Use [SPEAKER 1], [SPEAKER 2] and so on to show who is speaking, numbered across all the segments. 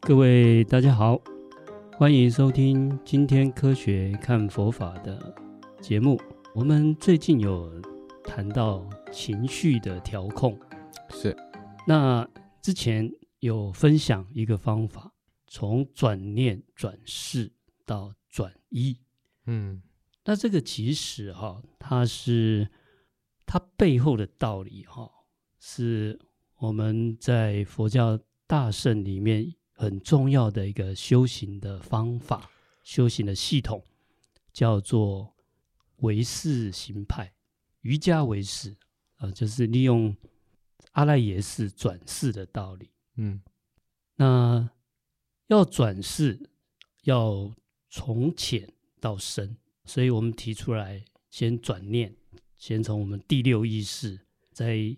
[SPEAKER 1] 各位大家好，欢迎收听今天科学看佛法的节目。我们最近有谈到情绪的调控，
[SPEAKER 2] 是
[SPEAKER 1] 那之前有分享一个方法，从转念转世到转移。
[SPEAKER 2] 嗯
[SPEAKER 1] 那这个其实哈、它是它背后的道理哈、是我们在佛教大圣里面很重要的一个修行的方法、修行的系统，叫做唯识行派，瑜伽唯识啊、呃就是利用阿赖耶识转世的道理。
[SPEAKER 2] 嗯
[SPEAKER 1] 那要转世，要从浅到深，所以我们提出来先转念，先从我们第六意识，在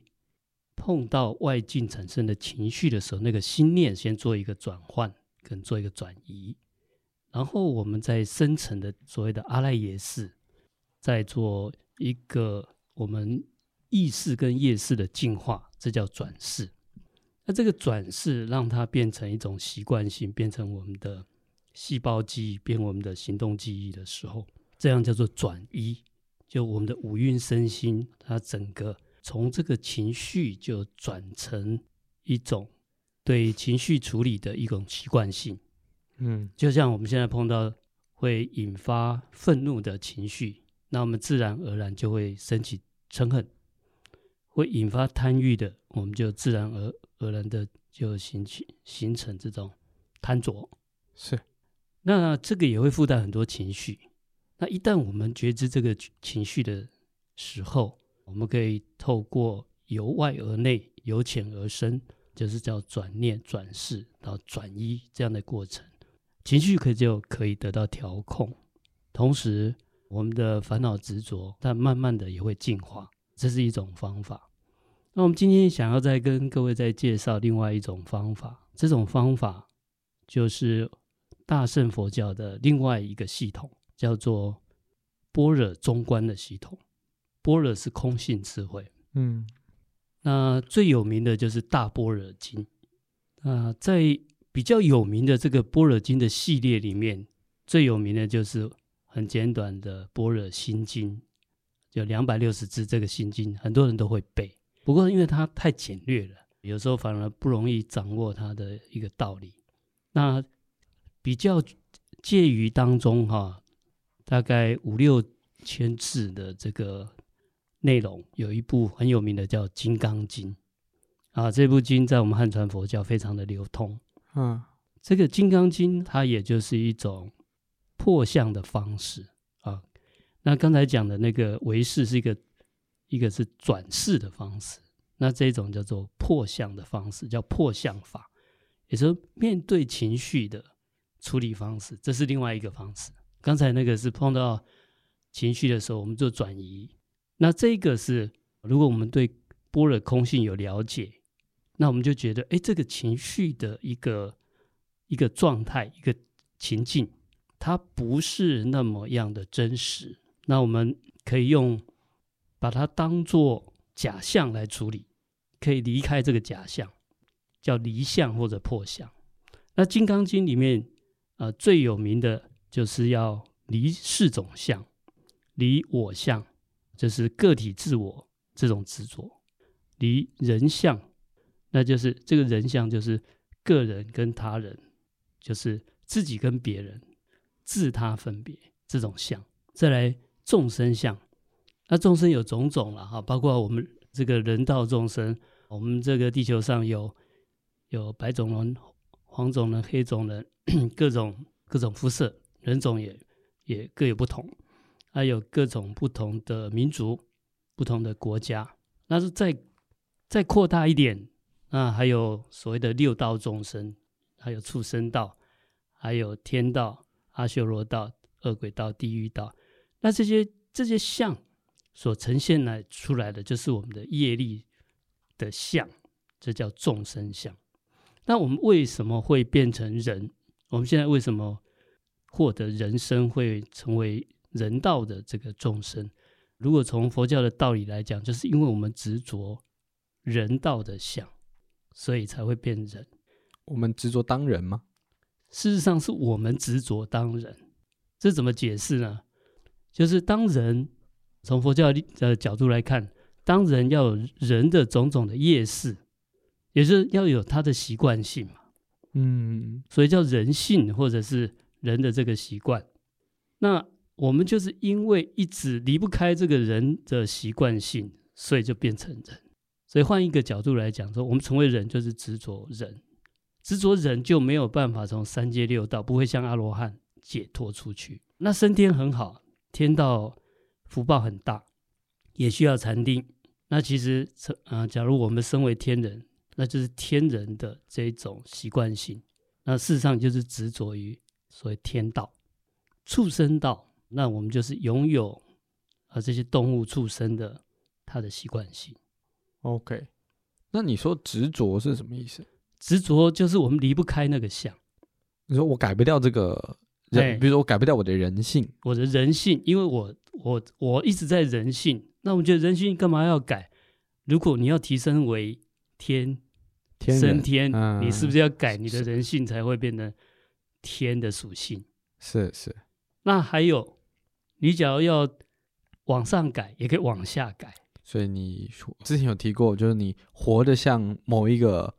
[SPEAKER 1] 碰到外境产生的情绪的时候，那个心念先做一个转换，跟做一个转移，然后我们在深层的所谓的阿赖耶识，再做一个我们意识跟业识的进化，这叫转世。那这个转世让它变成一种习惯性，变成我们的细胞记忆，变我们的行动记忆的时候，这样叫做转移。就我们的五蕴身心，它整个从这个情绪就转成一种对情绪处理的一种习惯性。
[SPEAKER 2] 嗯
[SPEAKER 1] 就像我们现在碰到会引发愤怒的情绪，那我们自然而然就会升起嗔恨；会引发贪欲的，我们就自然而而然的就形起形成这种贪着。
[SPEAKER 2] 是
[SPEAKER 1] 那这个也会附带很多情绪。那一旦我们觉知这个情绪的时候，我们可以透过由外而内、由浅而深，就是叫转念、转世到转移这样的过程，情绪可以就可以得到调控，同时我们的烦恼执着，它慢慢的也会净化，这是一种方法。那我们今天想要再跟各位再介绍另外一种方法，这种方法就是大乘佛教的另外一个系统，叫做般若中观的系统。般若是空性智慧，
[SPEAKER 2] 嗯
[SPEAKER 1] 那最有名的就是《大般若经》。啊、在比较有名的这个般若经的系列里面，最有名的就是很简短的《般若心经》，有两百六十字这个心经，很多人都会背。不过因为它太简略了，有时候反而不容易掌握它的一个道理。那比较介于当中哈、大概五六千字的这个内容，有一部很有名的叫《金刚经》啊，这部经在我们汉传佛教非常的流通。
[SPEAKER 2] 啊
[SPEAKER 1] 这个《金刚经》它也就是一种破相的方式啊。那刚才讲的那个唯识是一个，一个是转世的方式，那这种叫做破相的方式，叫破相法，也就是面对情绪的处理方式，这是另外一个方式。刚才那个是碰到情绪的时候，我们做转移。那这个是，如果我们对般若空性有了解，那我们就觉得，哎，这个情绪的一个一个状态、一个情境，它不是那么样的真实。那我们可以用把它当做假象来处理，可以离开这个假象，叫离相或者破相。那《金刚经》里面，呃，最有名的就是要离四种相，离我相，就是个体自我这种执着；离人相，那就是这个人相就是个人跟他人，就是自己跟别人，自他分别这种相。再来众生相，那众生有种种了哈，包括我们这个人道众生，我们这个地球上有有白种人、黄种人、黑种人，各种各种肤色，人种也也各有不同，还有各种不同的民族、不同的国家。那是再再扩大一点，那还有所谓的六道众生，还有畜生道，还有天道、阿修罗道、恶鬼道、地狱道。那这些这些相所呈现来出来的，就是我们的业力的相，这叫众生相。那我们为什么会变成人？我们现在为什么获得人生，会成为人道的这个众生？如果从佛教的道理来讲，就是因为我们执着人道的相，所以才会变人。
[SPEAKER 2] 我们执着当人吗？
[SPEAKER 1] 事实上是我们执着当人。这怎么解释呢？就是当人从佛教的呃角度来看，当人要有人的种种的业识，也就是要有他的习惯性嘛，
[SPEAKER 2] 嗯
[SPEAKER 1] 所以叫人性或者是人的这个习惯。那我们就是因为一直离不开这个人的习惯性，所以就变成人。所以换一个角度来讲说，我们成为人就是执着人，执着人就没有办法从三界六道，不会像阿罗汉解脱出去。那升天很好，天道福报很大，也需要禅定。那其实，呃，假如我们身为天人，那就是天人的这种习惯性，那事实上就是执着于所谓天道、畜生道。那我们就是拥有啊、呃这些动物畜生的它的习惯性。
[SPEAKER 2] ，OK。那你说执着是什么意思？
[SPEAKER 1] 执着就是我们离不开那个相，
[SPEAKER 2] 你说我改不掉这个
[SPEAKER 1] 哎
[SPEAKER 2] 人，比如说我改不掉我的人性，
[SPEAKER 1] 我的人性，因为我我我一直在人性，那我觉得人性干嘛要改？如果你要提升为天
[SPEAKER 2] 天
[SPEAKER 1] 升
[SPEAKER 2] 人
[SPEAKER 1] 天，
[SPEAKER 2] 嗯
[SPEAKER 1] 你是不是要改你的
[SPEAKER 2] 是
[SPEAKER 1] 人性才会变成天的属性？
[SPEAKER 2] 是是，
[SPEAKER 1] 那还有，你假如要往上改，也可以往下改，
[SPEAKER 2] 所以你说之前有提过，就是你活得像某一个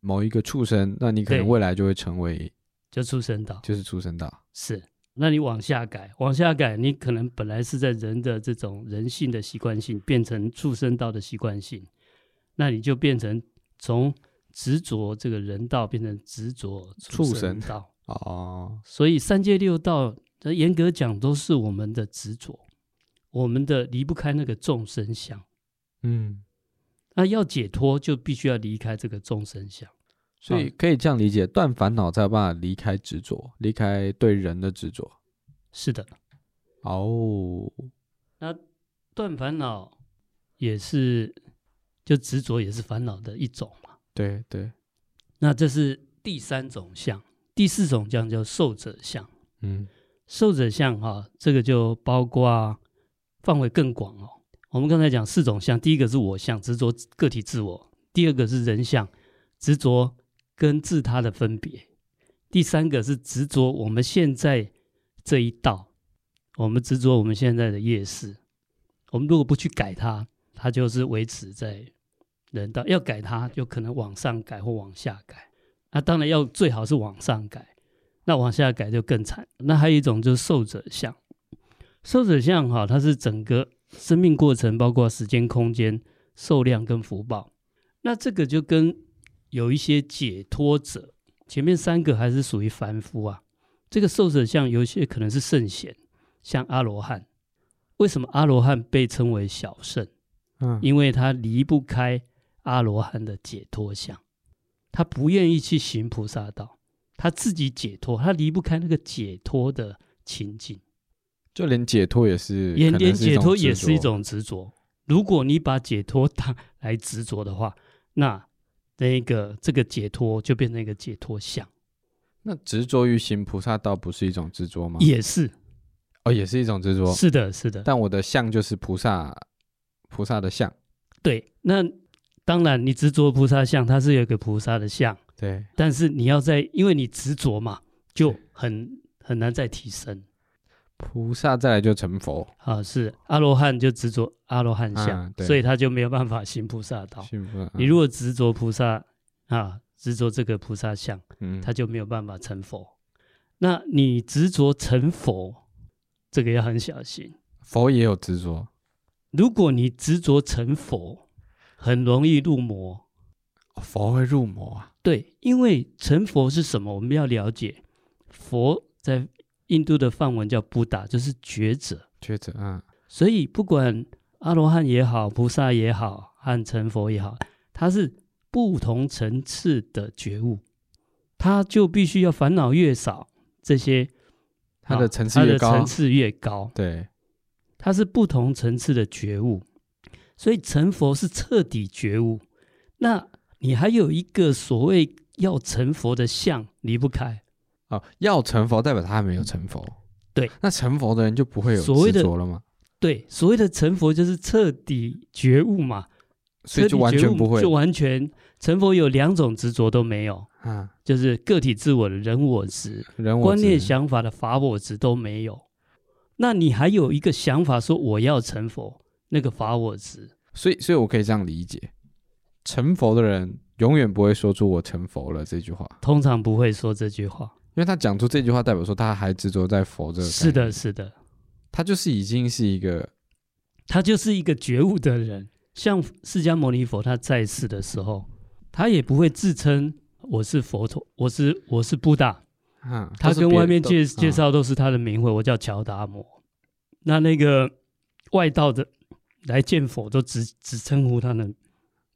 [SPEAKER 2] 某一个畜生，那你可能
[SPEAKER 1] 对
[SPEAKER 2] 未来就会成为
[SPEAKER 1] 就畜生道
[SPEAKER 2] 就是畜生道。
[SPEAKER 1] 是。那你往下改，往下改，你可能本来是在人的这种人性的习惯性，变成畜生道的习惯性，那你就变成从执着这个人道变成执着
[SPEAKER 2] 畜
[SPEAKER 1] 生
[SPEAKER 2] 生
[SPEAKER 1] 道。
[SPEAKER 2] 哦，
[SPEAKER 1] 所以三界六道，呃严格讲都是我们的执着，我们的离不开那个众生相。
[SPEAKER 2] 嗯，
[SPEAKER 1] 那要解脱，就必须要离开这个众生相。
[SPEAKER 2] 所以可以这样理解，断烦恼才有办法离开执着，离开对人的执着。
[SPEAKER 1] 是的，
[SPEAKER 2] 哦，
[SPEAKER 1] 断烦恼也是，就执着也是烦恼的一种嘛。
[SPEAKER 2] 对对，
[SPEAKER 1] 那这是第三种相，第四种相叫受者相。
[SPEAKER 2] 嗯
[SPEAKER 1] 受者相哈、这个就包括范围更广哦。我们刚才讲四种相，第一个是我相，执着个体自我；第二个是人相，执着跟自他的分别；第三个是执着我们现在这一道，我们执着我们现在的业识。我们如果不去改它，它就是维持在人道；要改它，就可能往上改或往下改。那当然要最好是往上改。那往下改就更惨。那还有一种就是受者相，受者相哈，它是整个生命过程，包括时间、空间、受量跟福报。那这个就跟有一些解脱者，前面三个还是属于凡夫啊。这个受者相有一些可能是圣贤，像阿罗汉。为什么阿罗汉被称为小圣？
[SPEAKER 2] 嗯
[SPEAKER 1] 因为他离不开阿罗汉的解脱相，他不愿意去行菩萨道，他自己解脱，他离不开那个解脱的情境，
[SPEAKER 2] 就连解脱也是，
[SPEAKER 1] 也
[SPEAKER 2] 可能
[SPEAKER 1] 连
[SPEAKER 2] 是一
[SPEAKER 1] 解
[SPEAKER 2] 种
[SPEAKER 1] 脱
[SPEAKER 2] 执
[SPEAKER 1] 也是一
[SPEAKER 2] 着，
[SPEAKER 1] 种执着。如果你把解脱当 来执着的话，那那个这个解脱就变成一个解脱相，
[SPEAKER 2] 啊那执着于行菩萨道不是一种执着吗？
[SPEAKER 1] 也是
[SPEAKER 2] 哦，也是一种执着。
[SPEAKER 1] 是的，是的，
[SPEAKER 2] 但我的相就是菩萨，菩萨的相。
[SPEAKER 1] 对。那当然，你执着菩萨像，它是有一个菩萨的像，
[SPEAKER 2] 对，
[SPEAKER 1] 但是你要在，因为你执着嘛，就很很难再提升。
[SPEAKER 2] 菩萨再来就成佛，
[SPEAKER 1] 啊，是阿罗汉就执着阿罗汉相，
[SPEAKER 2] 嗯对
[SPEAKER 1] 所以他就没有办法行菩萨道。
[SPEAKER 2] 幸福啊。
[SPEAKER 1] 你如果执着菩萨啊，执着这个菩萨相，
[SPEAKER 2] 嗯
[SPEAKER 1] 他就没有办法成佛。那你执着成佛，这个要很小心。
[SPEAKER 2] 佛也有执着
[SPEAKER 1] 如果你执着成佛，很容易入魔。
[SPEAKER 2] 哦佛会入魔啊。
[SPEAKER 1] 对，因为成佛是什么？我们要了解，佛在印度的梵文叫布达，就是觉者。
[SPEAKER 2] 抉择，嗯，
[SPEAKER 1] 所以不管阿罗汉也好，菩萨也好，和成佛也好，它是不同层次的觉悟，他就必须要烦恼越少，这些
[SPEAKER 2] 它
[SPEAKER 1] 啊
[SPEAKER 2] 的层次越
[SPEAKER 1] 它的
[SPEAKER 2] 高
[SPEAKER 1] 层，次越高，
[SPEAKER 2] 对，
[SPEAKER 1] 它是不同层次的觉悟，所以成佛是彻底觉悟。那你还有一个所谓要成佛的相离不开，
[SPEAKER 2] 哦，要成佛代表他还没有成佛，
[SPEAKER 1] 对，
[SPEAKER 2] 那成佛的人就不会有
[SPEAKER 1] 所谓
[SPEAKER 2] 执
[SPEAKER 1] 的
[SPEAKER 2] 着了吗？
[SPEAKER 1] 对，所谓的成佛就是彻底觉悟嘛，
[SPEAKER 2] 所以就完全不会
[SPEAKER 1] 就完全成佛有两种执着都没有，
[SPEAKER 2] 啊，
[SPEAKER 1] 就是个体自我的人我执、
[SPEAKER 2] 人我
[SPEAKER 1] 观
[SPEAKER 2] 执
[SPEAKER 1] 念想法的法我执都没有。那你还有一个想法说我要成佛，那个法我执，
[SPEAKER 2] 所以，所以我可以这样理解：成佛的人永远不会说出“我成佛了”这句话，
[SPEAKER 1] 通常不会说这句话。
[SPEAKER 2] 因为他讲出这句话，代表说他还执着在佛这个。
[SPEAKER 1] 是的，，是的，
[SPEAKER 2] 他就是已经是一个
[SPEAKER 1] 他就是一个觉悟的人。像释迦牟尼佛他在世的时候，他也不会自称我是佛陀，我是我是布达，
[SPEAKER 2] 啊，
[SPEAKER 1] 他
[SPEAKER 2] 都是
[SPEAKER 1] 跟
[SPEAKER 2] 别
[SPEAKER 1] 外
[SPEAKER 2] 人
[SPEAKER 1] 面
[SPEAKER 2] 都
[SPEAKER 1] 介介、
[SPEAKER 2] 啊
[SPEAKER 1] 绍都是他的名讳，我叫乔达摩。那那个外道的来见佛都只只称呼他的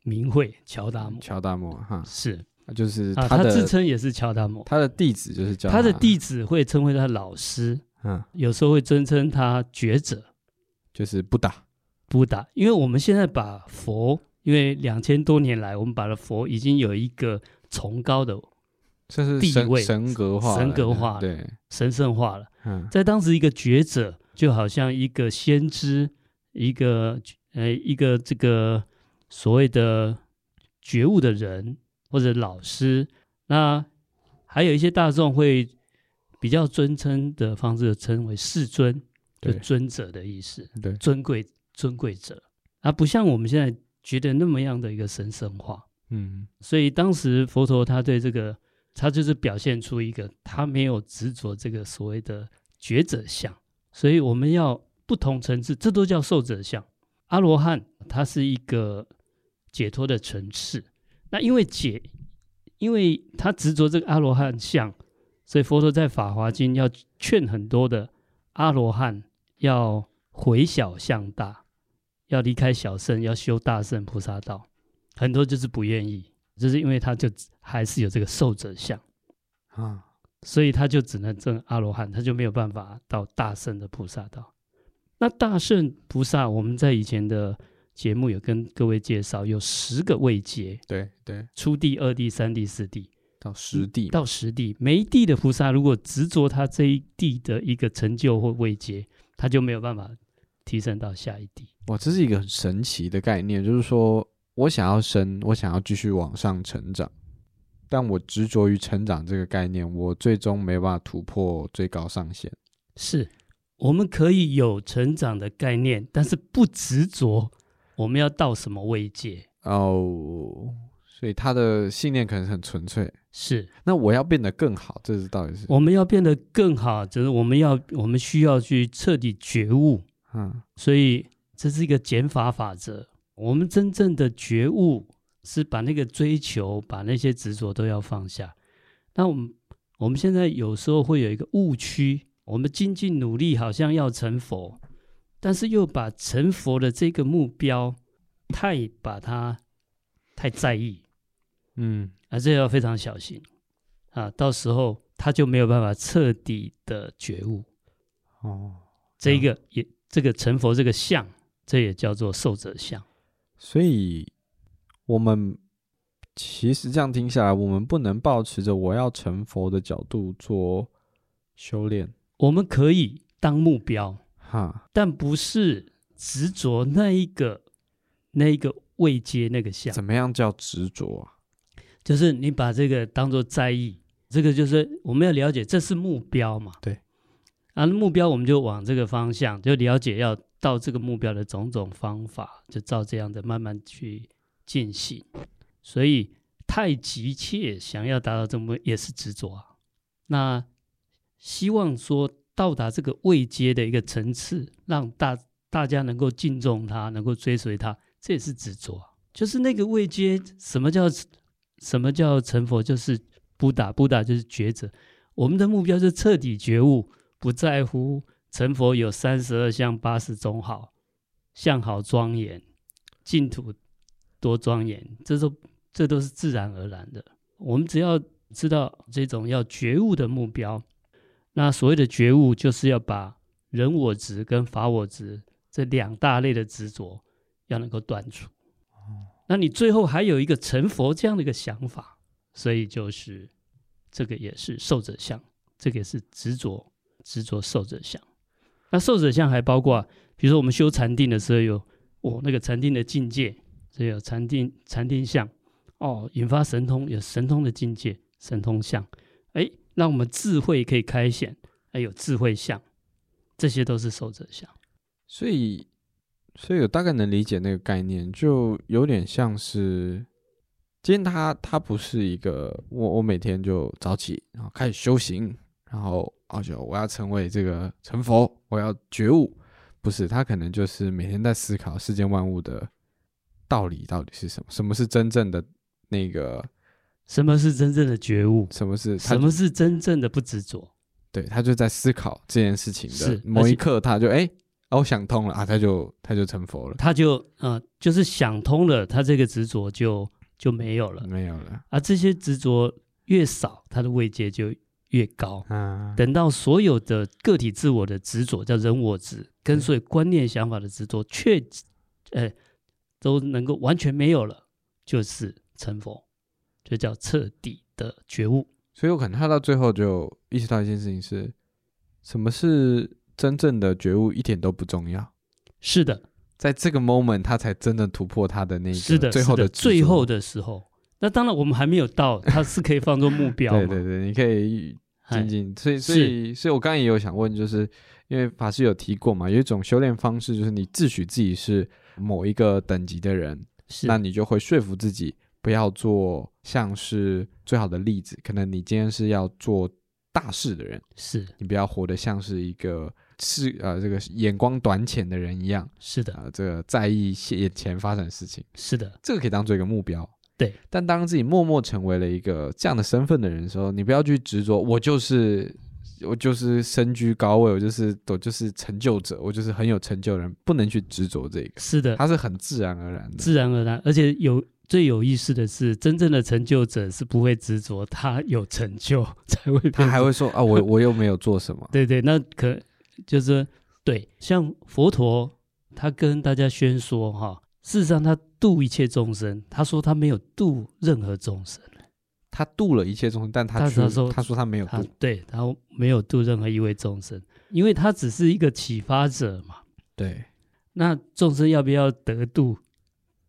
[SPEAKER 1] 名讳乔达摩，
[SPEAKER 2] 乔达摩哈，
[SPEAKER 1] 是
[SPEAKER 2] 就是
[SPEAKER 1] 啊，
[SPEAKER 2] 他
[SPEAKER 1] 他
[SPEAKER 2] 的、
[SPEAKER 1] 自称也是乔达摩。
[SPEAKER 2] 他的弟子就是叫
[SPEAKER 1] 他的弟子会称为他老师，
[SPEAKER 2] 嗯，
[SPEAKER 1] 有时候会尊称他觉者
[SPEAKER 2] 就是不打
[SPEAKER 1] 布达，因为我们现在把佛，因为两千多年来，我们把了佛已经有一个崇高的
[SPEAKER 2] 这是
[SPEAKER 1] 地
[SPEAKER 2] 神
[SPEAKER 1] 位
[SPEAKER 2] 神格化了
[SPEAKER 1] 神格化了
[SPEAKER 2] 对，
[SPEAKER 1] 神圣化了。
[SPEAKER 2] 嗯
[SPEAKER 1] 在当时，一个觉者就好像一个先知，一个呃一个这个所谓的觉悟的人或者老师，那还有一些大众会比较尊称的方式称为世尊，就
[SPEAKER 2] 对
[SPEAKER 1] 尊者的意思，
[SPEAKER 2] 对，
[SPEAKER 1] 尊贵尊贵者，而不像我们现在觉得那么样的一个神圣化。
[SPEAKER 2] 嗯
[SPEAKER 1] 所以当时佛陀他对这个，他就是表现出一个他没有执着这个所谓的觉者相，所以我们要不同层次，这都叫受者相。阿罗汉他是一个解脱的层次，那因为解，因为他执着这个阿罗汉相，所以佛陀在《法华经》要劝很多的阿罗汉要回小向大，要离开小圣，要修大圣菩萨道。很多就是不愿意，就是因为他就还是有这个受者相，
[SPEAKER 2] 啊，
[SPEAKER 1] 所以他就只能证阿罗汉，他就没有办法到大圣的菩萨道。那大圣菩萨，我们在以前的节目有跟各位介绍，有十个位阶：
[SPEAKER 2] 对对，
[SPEAKER 1] 初地、二地、三地、四地，
[SPEAKER 2] 到实地
[SPEAKER 1] 到十地。每一地的菩萨，如果执着他这一地的一个成就或位阶，他就没有办法提升到下一地。
[SPEAKER 2] 哇，这是一个很神奇的概念，就是说我想要升，我想要继续往上成长，但我执着于成长这个概念，我最终没办法突破最高上限。
[SPEAKER 1] 是我们可以有成长的概念，但是不执着我们要到什么位界。
[SPEAKER 2] 哦，所以他的信念可能很纯粹。
[SPEAKER 1] 是
[SPEAKER 2] 那我要变得更好，这是到底是
[SPEAKER 1] 我们要变得更好，就是我们要我们需要去彻底觉悟，
[SPEAKER 2] 嗯
[SPEAKER 1] 所以这是一个减法法则。我们真正的觉悟是把那个追求、把那些执着都要放下。那我们我们现在有时候会有一个误区，我们精进努力好像要成佛，但是又把成佛的这个目标太把它太在意，
[SPEAKER 2] 嗯，
[SPEAKER 1] 啊，这要非常小心啊，到时候他就没有办法彻底的觉悟。
[SPEAKER 2] 哦，
[SPEAKER 1] 这一个也这个成佛这个相，这也叫做受者相。
[SPEAKER 2] 所以我们其实这样听下来，我们不能保持着我要成佛的角度做修炼。
[SPEAKER 1] 我们可以当目标，
[SPEAKER 2] 哈，
[SPEAKER 1] 但不是执着那一个那一个位阶那个相，
[SPEAKER 2] 怎么样叫执着啊？
[SPEAKER 1] 就是你把这个当做在意，这个就是我们要了解这是目标嘛。
[SPEAKER 2] 对。
[SPEAKER 1] 啊，目标我们就往这个方向，就了解要到这个目标的种种方法，就照这样的慢慢去进行。所以太急切想要达到这个目标也是执着啊。那希望说到达这个位阶的一个层次，让大大家能够敬重他，能够追随他，这也是执着啊。就是那个位阶，什么叫什么叫成佛？就是不打不打就是觉者。我们的目标是彻底觉悟，不在乎成佛有三十二相八十种好，相好庄严，净土多庄严，这都这都是自然而然的。我们只要知道这种要觉悟的目标，那所谓的觉悟，就是要把人我执跟法我执这两大类的执着要能够断除。那你最后还有一个成佛这样的一个想法，所以就是这个也是受者相，这个也是执着，执着受者相。哦那受者相还包括，比如说我们修禅定的时候有，我那个禅定的境界所以有禅定禅定相，哦，引发神通，有神通的境界，神通相，哎，让我们智慧可以开显，哎，有智慧相，这些都是受者相。
[SPEAKER 2] 所以，所以我大概能理解那个概念，就有点像是，今天它它不是一个我我每天就早起，然后开始修行，然后而且我要成为这个成佛，我要觉悟，不是，它可能就是每天在思考世间万物的道理到底是什么，什么是真正的那个，
[SPEAKER 1] 什么是真正的觉悟？
[SPEAKER 2] 什么是它
[SPEAKER 1] 什么是真正的不执着？
[SPEAKER 2] 对他就在思考这件事情
[SPEAKER 1] 是
[SPEAKER 2] 的某
[SPEAKER 1] 而
[SPEAKER 2] 一
[SPEAKER 1] 且
[SPEAKER 2] 刻，他就哎、哦，我想通了啊，他就他就成佛了，
[SPEAKER 1] 他就呃，就是想通了，他这个执着就就没有了。
[SPEAKER 2] 没有了
[SPEAKER 1] 而、这些执着越少，他的位阶就越高。
[SPEAKER 2] 啊，
[SPEAKER 1] 等到所有的个体自我的执着叫人我执，跟所有观念想法的执着确，呃，都能够完全没有了，就是成佛，就叫彻底的觉悟。
[SPEAKER 2] 所以有可能他到最后就意识到一件事情是，什么是真正的觉悟一点都不重要，
[SPEAKER 1] 是的，
[SPEAKER 2] 在这个 moment 他才真的突破他的那个
[SPEAKER 1] 是的，
[SPEAKER 2] 最后
[SPEAKER 1] 是的，
[SPEAKER 2] 执着
[SPEAKER 1] 最后的时候。那当然，我们还没有到，它是可以放作 目标嘛？
[SPEAKER 2] 对对对，你可以
[SPEAKER 1] 哎
[SPEAKER 2] 仅仅，所以所
[SPEAKER 1] 是
[SPEAKER 2] 以所以我刚才也有想问，就是因为法师有提过嘛，有一种修炼方式就是你自诩自己是某一个等级的人，
[SPEAKER 1] 是
[SPEAKER 2] 那你就会说服自己不要做像是最好的例子。可能你今天是要做大事的人，
[SPEAKER 1] 是
[SPEAKER 2] 你不要活得像是一个是呃这个眼光短浅的人一样
[SPEAKER 1] 是的，
[SPEAKER 2] 啊、这个在意现眼前发生的事情，
[SPEAKER 1] 是的，
[SPEAKER 2] 这个可以当做一个目标。
[SPEAKER 1] 对，
[SPEAKER 2] 但当自己默默成为了一个这样的身份的人的时候，你不要去执着，我就是我就是身居高位，我就是我就是成就者，我就是很有成就的人，不能去执着这个，
[SPEAKER 1] 是的，
[SPEAKER 2] 它是很自然而然的。
[SPEAKER 1] 自然而然。而且有最有意思的是，真正的成就者是不会执着他有成就 才会变
[SPEAKER 2] 他
[SPEAKER 1] 成，，
[SPEAKER 2] 还会说啊，我我又没有做什么
[SPEAKER 1] 对对，那可就是说对，像佛陀他跟大家宣说哈，事实上他度一切众生，他说他没有度任何众生。
[SPEAKER 2] 他度了一切众生，但他
[SPEAKER 1] 他
[SPEAKER 2] 却他
[SPEAKER 1] 他说
[SPEAKER 2] 说他没有
[SPEAKER 1] 他
[SPEAKER 2] 度，
[SPEAKER 1] 对他没有度任何一位众生，因为他只是一个启发者嘛。
[SPEAKER 2] 对，
[SPEAKER 1] 那众生要不要得度？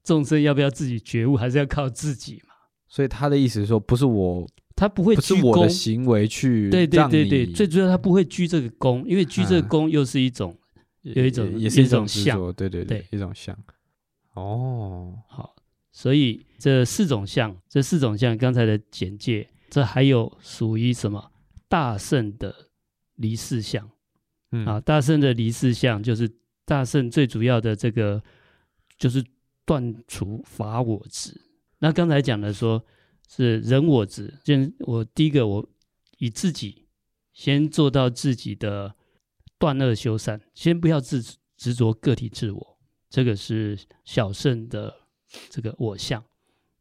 [SPEAKER 1] 众生要不要自己觉悟，还是要靠自己嘛？
[SPEAKER 2] 所以他的意思是说，不是我
[SPEAKER 1] 他不会
[SPEAKER 2] 不是
[SPEAKER 1] 鞠
[SPEAKER 2] 我的
[SPEAKER 1] 躬，
[SPEAKER 2] 行为去
[SPEAKER 1] 对对
[SPEAKER 2] 让
[SPEAKER 1] 对
[SPEAKER 2] 你啊
[SPEAKER 1] 对，最主要他不会鞠这个躬，因为鞠这个躬又是一种
[SPEAKER 2] 也
[SPEAKER 1] 有一种
[SPEAKER 2] 也也是一
[SPEAKER 1] 一种
[SPEAKER 2] 种执
[SPEAKER 1] 像
[SPEAKER 2] 着，对对
[SPEAKER 1] 对
[SPEAKER 2] 一种像，哦，
[SPEAKER 1] 好，所以这四种相，这四种相刚才的简介，这还有属于什么大圣的离世相。
[SPEAKER 2] 嗯
[SPEAKER 1] 啊，大圣的离世相就是大圣最主要的这个就是断除法我执。那刚才讲的说是人我执，先我第一个我以自己先做到自己的断恶修善，先不要执执着个体自我，这个是小圣的这个我相。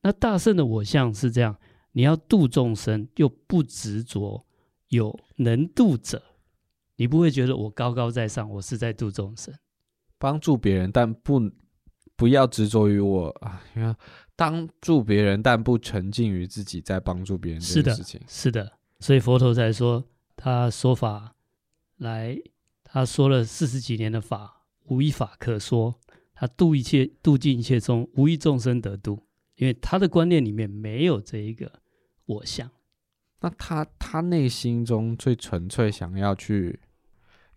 [SPEAKER 1] 那大圣的我相是这样，你要度众生，又不执着有能度者。你不会觉得我高高在上，我是在度众生。
[SPEAKER 2] 帮助别人，但不不要执着于我啊，因为帮助别人，但不沉浸于自己在帮助别人这
[SPEAKER 1] 是
[SPEAKER 2] 件
[SPEAKER 1] 的
[SPEAKER 2] 事情，
[SPEAKER 1] 是的，所以佛陀才说他说法来，他说了四十几年的法，无一法可说。他度一切，度尽一切中，无一众生得度，因为他的观念里面没有这一个我相。
[SPEAKER 2] 那他他内心中最纯粹想要去，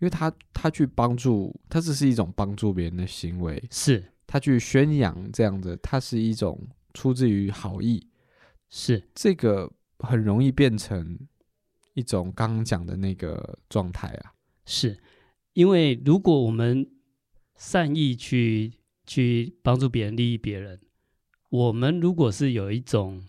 [SPEAKER 2] 因为他他去帮助，他只是一种帮助别人的行为，
[SPEAKER 1] 是
[SPEAKER 2] 他去宣扬这样子，他是一种出自于好意，
[SPEAKER 1] 是
[SPEAKER 2] 这个很容易变成一种刚刚讲的那个状态啊，
[SPEAKER 1] 是，因为如果我们善意去去帮助别人、利益别人，我们如果是有一种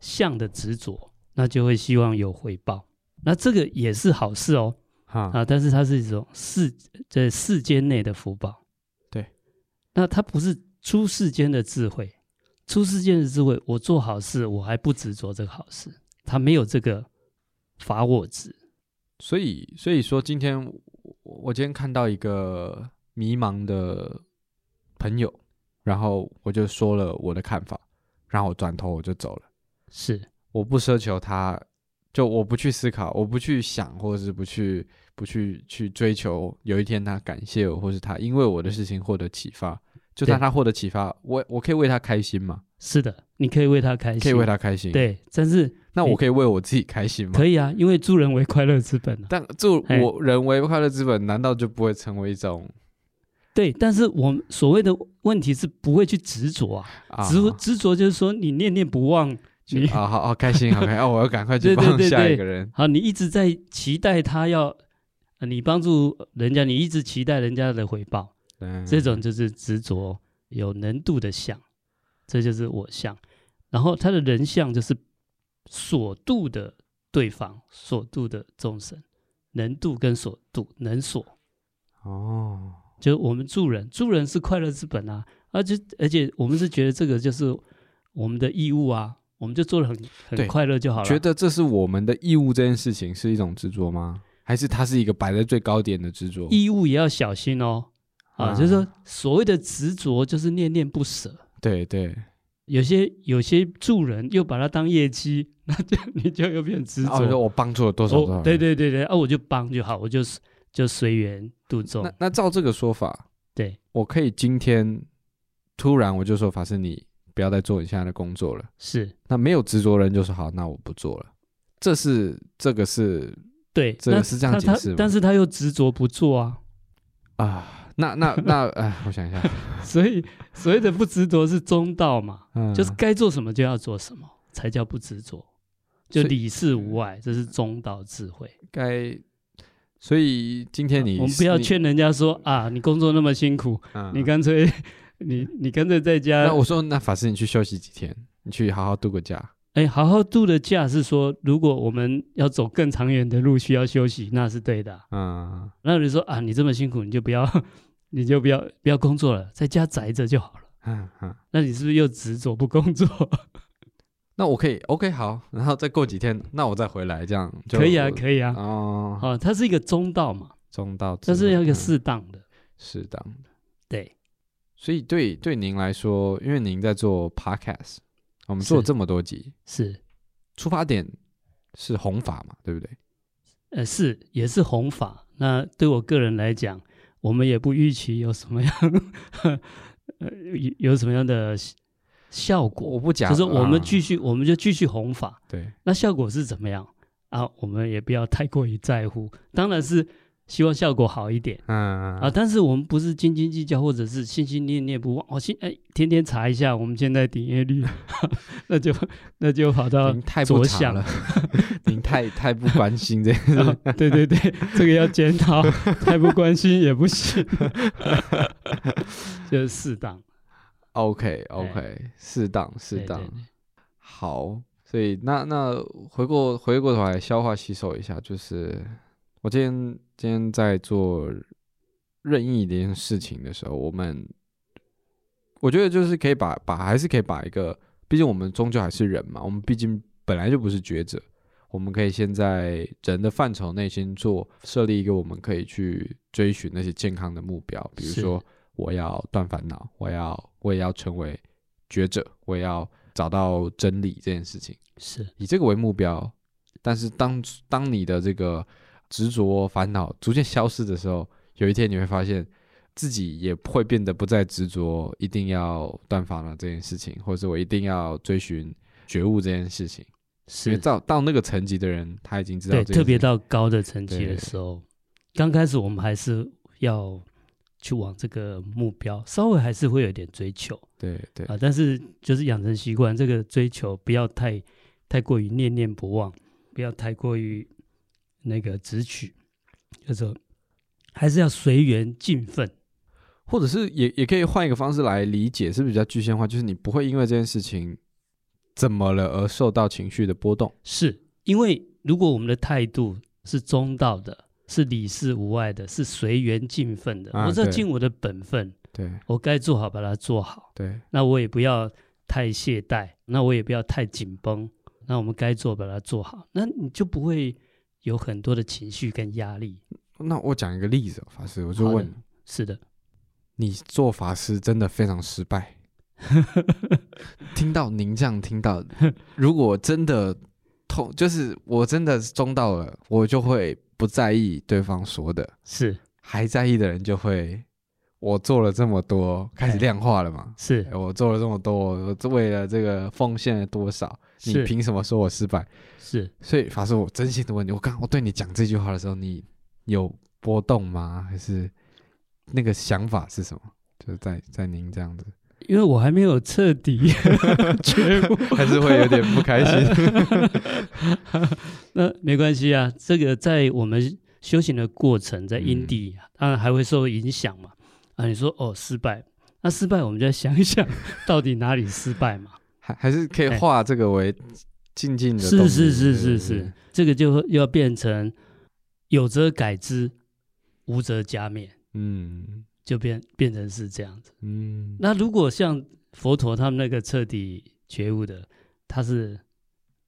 [SPEAKER 1] 向的执着，那就会希望有回报。那这个也是好事哦，
[SPEAKER 2] 哈，
[SPEAKER 1] 啊，但是它是一种世在世间内的福报。
[SPEAKER 2] 对，
[SPEAKER 1] 那它不是出世间的智慧，出世间的智慧，我做好事，我还不执着这个好事，它没有这个法我执。
[SPEAKER 2] 所以所以说今天我我今天看到一个迷茫的朋友，然后我就说了我的看法，然后我转头我就走了。
[SPEAKER 1] 是
[SPEAKER 2] 我不奢求他，就我不去思考，我不去想，或者是不去不去去追求，有一天他感谢我，或是他因为我的事情获得启发，就
[SPEAKER 1] 对
[SPEAKER 2] 让他获得启发，我我可以为他开心嘛？
[SPEAKER 1] 是的，你可以为他开心，
[SPEAKER 2] 可以为他开心。，嗯
[SPEAKER 1] 对，但是
[SPEAKER 2] 那我可以为我自己开心吗？
[SPEAKER 1] 嗯可以啊，因为助人为快乐之本啊。
[SPEAKER 2] 但助
[SPEAKER 1] 嘿
[SPEAKER 2] 我人为快乐之本，难道就不会成为一种
[SPEAKER 1] 对，但是我们所谓的问题是不会去执着啊，
[SPEAKER 2] 啊？
[SPEAKER 1] 执执着就是说你念念不忘，
[SPEAKER 2] 就
[SPEAKER 1] 你
[SPEAKER 2] 啊，好好开心，好 开心！哦，我要赶快去
[SPEAKER 1] 对对
[SPEAKER 2] 帮
[SPEAKER 1] 对
[SPEAKER 2] 下
[SPEAKER 1] 对
[SPEAKER 2] 一个人。
[SPEAKER 1] 好，你一直在期待他要呃你帮助人家，你一直期待人家的回报，
[SPEAKER 2] 嗯
[SPEAKER 1] 这种就是执着有能度的相，这就是我相。然后他的人相就是所度的对方，所度的众生，能度跟所度能所，
[SPEAKER 2] 哦，
[SPEAKER 1] 就是我们助人，助人是快乐之本啊。而且而且我们是觉得这个就是我们的义务啊，我们就做的很
[SPEAKER 2] 对
[SPEAKER 1] 很快乐就好了。
[SPEAKER 2] 觉得这是我们的义务这件事情是一种执着吗？还是它是一个摆在最高点的执着？
[SPEAKER 1] 义务也要小心哦。啊，
[SPEAKER 2] 啊
[SPEAKER 1] 就是说所谓的执着，就是念念不舍。
[SPEAKER 2] 对对，
[SPEAKER 1] 有些有些助人又把它当业绩， 那就你就又变执
[SPEAKER 2] 然后哦说
[SPEAKER 1] 着。
[SPEAKER 2] 我帮助了多少多少人
[SPEAKER 1] 对对对对，啊，我就帮就好，我就就随缘度众
[SPEAKER 2] 那。那照这个说法，
[SPEAKER 1] 对，
[SPEAKER 2] 我可以今天突然我就说法师，你不要再做你现在的工作了。
[SPEAKER 1] 是
[SPEAKER 2] 那没有执着的人就说好，那我不做了。这是这个是
[SPEAKER 1] 对，
[SPEAKER 2] 这个
[SPEAKER 1] 那
[SPEAKER 2] 是这样
[SPEAKER 1] 他
[SPEAKER 2] 解释
[SPEAKER 1] 他
[SPEAKER 2] 吗
[SPEAKER 1] 但是他又执着不做啊，
[SPEAKER 2] 啊，那那那哎，我想一下，
[SPEAKER 1] 所以所谓的不执着是中道嘛，
[SPEAKER 2] 嗯
[SPEAKER 1] 就是该做什么就要做什么，才叫不执着，就
[SPEAKER 2] 所以
[SPEAKER 1] 理事无碍，这是中道智慧。
[SPEAKER 2] 该。所以今天你
[SPEAKER 1] 我们不要
[SPEAKER 2] 你
[SPEAKER 1] 劝人家说啊，你工作那么辛苦，
[SPEAKER 2] 嗯
[SPEAKER 1] 你干脆你你干脆在家
[SPEAKER 2] 那，我说，那法师，你去休息几天，你去好好度个假。
[SPEAKER 1] 哎，好好度的假是说，如果我们要走更长远的路，需要休息，那是对的啊。
[SPEAKER 2] 嗯，
[SPEAKER 1] 那你说啊，你这么辛苦，你就不要 你就不要不要工作了，在家宅着就好了。
[SPEAKER 2] 嗯嗯
[SPEAKER 1] 那你是不是又执着不工作？
[SPEAKER 2] 那我可以，OK，好，然后再过几天，那我再回来，这样就
[SPEAKER 1] 可以啊，可以啊。
[SPEAKER 2] 哦，
[SPEAKER 1] 哦，它是一个中道嘛，
[SPEAKER 2] 中道之
[SPEAKER 1] 但是要一个
[SPEAKER 2] 嗯
[SPEAKER 1] 适当的。
[SPEAKER 2] 适当的。
[SPEAKER 1] 对，
[SPEAKER 2] 所以对对您来说，因为您在做 podcast，我们做了
[SPEAKER 1] 是
[SPEAKER 2] 这么多集，
[SPEAKER 1] 是
[SPEAKER 2] 出发点是弘法嘛，对不对？
[SPEAKER 1] 呃是也是弘法。那对我个人来讲，我们也不预期有什么样呃有有什么样的效
[SPEAKER 2] 我
[SPEAKER 1] 果，
[SPEAKER 2] 不讲，
[SPEAKER 1] 就是我们
[SPEAKER 2] 啊
[SPEAKER 1] 继续，我们就继续弘法。
[SPEAKER 2] 对
[SPEAKER 1] 那效果是怎么样啊？我们也不要太过于在乎，当然是希望效果好一点
[SPEAKER 2] 嗯
[SPEAKER 1] 啊。但是我们不是斤斤计较，或者是心心念念不忘。我、哦、心哎，天天查一下我们现在点阅率， 那就那就跑到
[SPEAKER 2] 您太不
[SPEAKER 1] 着
[SPEAKER 2] 查
[SPEAKER 1] 想
[SPEAKER 2] 了，您太太不关心这件事。
[SPEAKER 1] 啊 对对对， 这个要检讨，太不关心也不行，就是适当。
[SPEAKER 2] OK OK，适当适
[SPEAKER 1] 哎对
[SPEAKER 2] 当
[SPEAKER 1] 对。对
[SPEAKER 2] 好，所以那那回过回过头来消化吸收一下，就是我今天今天在做任意一件事情的时候，我们我觉得就是可以把把还是可以把一个，毕竟我们终究还是人嘛，我们毕竟本来就不是觉者，我们可以先在人的范畴内先做设立一个我们可以去追寻那些健康的目标，比如
[SPEAKER 1] 是
[SPEAKER 2] 说我要断烦恼，我要我也要成为觉者，我也要找到真理这件事情，
[SPEAKER 1] 是
[SPEAKER 2] 以这个为目标。但是当当你的这个执着烦恼逐渐消失的时候，有一天你会发现自己也会变得不再执着，一定要断烦恼这件事情，或者是我一定要追寻觉悟这件事情。因为
[SPEAKER 1] 是，
[SPEAKER 2] 到到那个层级的人，他已经知道
[SPEAKER 1] 对，
[SPEAKER 2] 这件
[SPEAKER 1] 特别
[SPEAKER 2] 事情
[SPEAKER 1] 到高的层级
[SPEAKER 2] 对
[SPEAKER 1] 的时候，刚开始我们还是要去往这个目标，稍微还是会有点追求
[SPEAKER 2] 对对
[SPEAKER 1] 啊、但是就是养成习惯，这个追求不要太太过于念念不忘，不要太过于那个直取，就是说还是要随缘尽分。
[SPEAKER 2] 或者是也也可以换一个方式来理解，是不是比较具象化？就是你不会因为这件事情怎么了而受到情绪的波动。
[SPEAKER 1] 是因为如果我们的态度是中道的，是理事无碍的，是随缘尽分的，
[SPEAKER 2] 啊
[SPEAKER 1] 我只要
[SPEAKER 2] 对
[SPEAKER 1] 尽我的本分，
[SPEAKER 2] 对
[SPEAKER 1] 我该做好把它做好，
[SPEAKER 2] 对，
[SPEAKER 1] 那我也不要太懈怠，那我也不要太紧绷，那我们该做把它做好，那你就不会有很多的情绪跟压力。
[SPEAKER 2] 那我讲一个例子哦、法师，我就
[SPEAKER 1] 好的
[SPEAKER 2] 问
[SPEAKER 1] 是的，
[SPEAKER 2] 你，做法师真的非常失败。听到您这样听到，如果真的痛，就是我真的中到了，我就会不在意对方说的，
[SPEAKER 1] 是
[SPEAKER 2] 还在意的人就会，我做了这么多，开始
[SPEAKER 1] 哎
[SPEAKER 2] 量化了嘛？
[SPEAKER 1] 是
[SPEAKER 2] 哎我做了这么多，我我为了这个奉献了多少？你
[SPEAKER 1] 是
[SPEAKER 2] 凭什么说我失败？
[SPEAKER 1] 是，
[SPEAKER 2] 所以法师，我真心的问你，我刚我对你讲这句话的时候，你有波动吗？还是那个想法是什么？就是在在您这 样子，
[SPEAKER 1] 因为我还没有彻底觉悟，
[SPEAKER 2] 还是会有点不开心。
[SPEAKER 1] 那没关系啊，这个在我们修行的过程，在
[SPEAKER 2] 嗯
[SPEAKER 1] 因地、当然还会受影响嘛。啊，你说哦失败，那失败我们就要想一想到底哪里失败 嘛。
[SPEAKER 2] 还 还是可以
[SPEAKER 1] 哎
[SPEAKER 2] 化这个为静静的动
[SPEAKER 1] 是
[SPEAKER 2] 力。
[SPEAKER 1] 是是
[SPEAKER 2] 对
[SPEAKER 1] 是，
[SPEAKER 2] 对对
[SPEAKER 1] 是，这个就要变成有则改之，无则加勉，
[SPEAKER 2] 嗯
[SPEAKER 1] 就变变成是这样子。
[SPEAKER 2] 嗯，
[SPEAKER 1] 那如果像佛陀他们那个彻底觉悟的，他是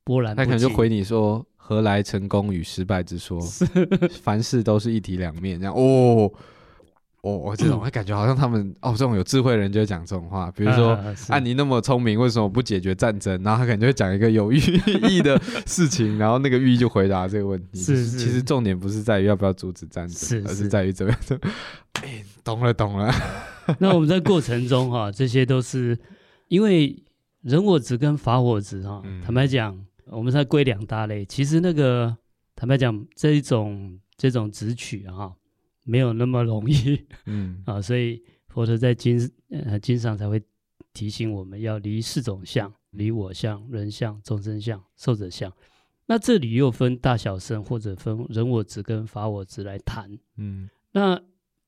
[SPEAKER 1] 波澜不
[SPEAKER 2] 他可
[SPEAKER 1] 惊，
[SPEAKER 2] 能就回你说：“何来成功与失败 之 说？凡事都是一体两面。”这样哦，哦，我这 种感觉好像他们哦，这种有智慧的人就会讲这种话，比如说。
[SPEAKER 1] 啊是
[SPEAKER 2] 啊，你那么聪明，为什么不解决战争？然后他可能就会讲一个有寓意的事情，然后那个寓意就回答这个问题。
[SPEAKER 1] 是
[SPEAKER 2] 就是其实重点不是在于要不要阻止战争，
[SPEAKER 1] 是
[SPEAKER 2] 而
[SPEAKER 1] 是
[SPEAKER 2] 是在于怎么样。哎，懂了懂 了，
[SPEAKER 1] 那我们在过程中哈、这些都是因为人我执跟法我执哈、
[SPEAKER 2] 嗯
[SPEAKER 1] 坦白讲，我们在归两大类。其实那个坦白讲，这一种这种执取哈、没有那么容易
[SPEAKER 2] 嗯
[SPEAKER 1] 啊，所以佛陀在经呃经上才会提醒我们要离四种相：离我相、人相、众生相、寿者相。那这里又分大小圣，或者分人我执跟法我执来谈。
[SPEAKER 2] 嗯
[SPEAKER 1] 那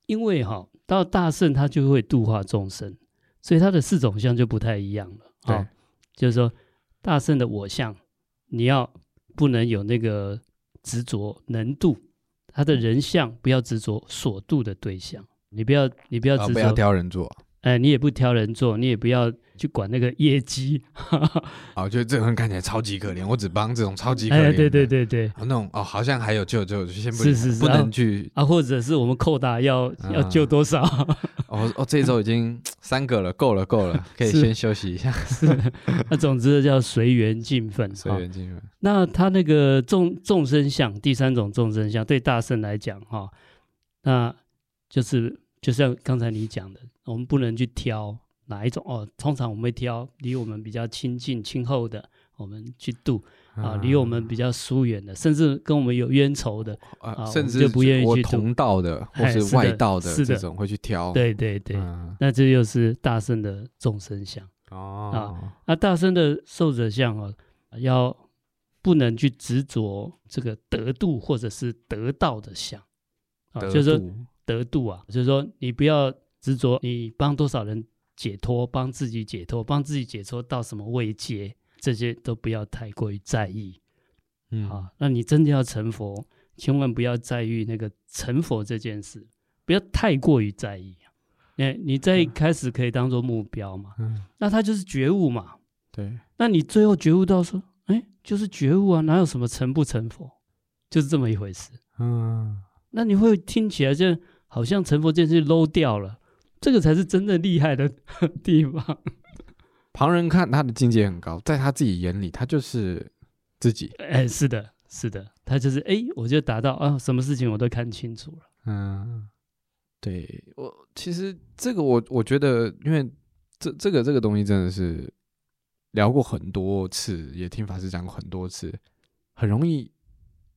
[SPEAKER 1] 因为哈、到大圣他就会度化众生，所以他的四种相就不太一样了。
[SPEAKER 2] 对
[SPEAKER 1] 哦，就是说大圣的我相，你要不能有那个执着能度，他的人相不要执着所度的对象，你不要你不要
[SPEAKER 2] 啊
[SPEAKER 1] 执
[SPEAKER 2] 不
[SPEAKER 1] 着，
[SPEAKER 2] 要挑人做
[SPEAKER 1] 哎，你也不挑人做，你也不要去管那个业绩。
[SPEAKER 2] 啊！我觉得这个人看起来超级可怜，我只帮这种超级可怜
[SPEAKER 1] 哎，
[SPEAKER 2] 的。
[SPEAKER 1] 对对对对。
[SPEAKER 2] 啊，那种哦，好像还有救救，就先不
[SPEAKER 1] 是
[SPEAKER 2] 理
[SPEAKER 1] 是是
[SPEAKER 2] 不
[SPEAKER 1] 然后
[SPEAKER 2] 能去。
[SPEAKER 1] 啊，或者是我们扣打要
[SPEAKER 2] 啊
[SPEAKER 1] 要救多少？
[SPEAKER 2] 哦哦，这一周已经三个了，够了够 了，可以
[SPEAKER 1] 是
[SPEAKER 2] 先休息 一下。
[SPEAKER 1] 那总之叫随缘尽分。
[SPEAKER 2] 随
[SPEAKER 1] 哦
[SPEAKER 2] 缘进入。
[SPEAKER 1] 那他那个众众生相，第三种众生相，对大圣来讲，哈、那就是就像刚才你讲的，我们不能去挑哪一种哦。通常我们会挑离我们比较亲近、亲厚的，我们去度啊；离我们比较疏远的，甚至跟我们有冤仇的，
[SPEAKER 2] 啊
[SPEAKER 1] 啊
[SPEAKER 2] 甚
[SPEAKER 1] 我们
[SPEAKER 2] 至
[SPEAKER 1] 就不愿意
[SPEAKER 2] 我
[SPEAKER 1] 去读
[SPEAKER 2] 同道的或
[SPEAKER 1] 哎是
[SPEAKER 2] 是
[SPEAKER 1] 的
[SPEAKER 2] 外道
[SPEAKER 1] 是的
[SPEAKER 2] 这种会去挑。
[SPEAKER 1] 对对对，
[SPEAKER 2] 嗯，
[SPEAKER 1] 那这就是大圣的众生相。啊
[SPEAKER 2] 哦，
[SPEAKER 1] 那大圣的受者相哦，要不能去执着这个得度或者是得道的相啊，
[SPEAKER 2] 得
[SPEAKER 1] 就是说
[SPEAKER 2] 度
[SPEAKER 1] 得度啊，就是说你不要执着你帮多少人解脱，帮自己解脱，帮自己解脱到什么位阶，这些都不要太过于在意
[SPEAKER 2] 嗯
[SPEAKER 1] 啊。那你真的要成佛，千万不要在意那个成佛这件事，不要太过于在意。哎，你在一开始可以当做目标嘛，
[SPEAKER 2] 嗯，
[SPEAKER 1] 那他就是觉悟嘛。
[SPEAKER 2] 对，
[SPEAKER 1] 那你最后觉悟到说，哎，就是觉悟啊，哪有什么成不成佛，就是这么一回事。
[SPEAKER 2] 嗯，
[SPEAKER 1] 那你会听起来就好像成佛这件事 low 掉了，这个才是真正厉害的 地方。
[SPEAKER 2] 旁人看他的境界很高，在他自己眼里，他就是自己。
[SPEAKER 1] 哎，是的，是的，他就是哎，我就达到啊，什么事情我都看清楚了。
[SPEAKER 2] 嗯，对我其实这个我我觉得，因为这这个这个东西真的是聊过很多次，也听法师讲过很多次，很容易。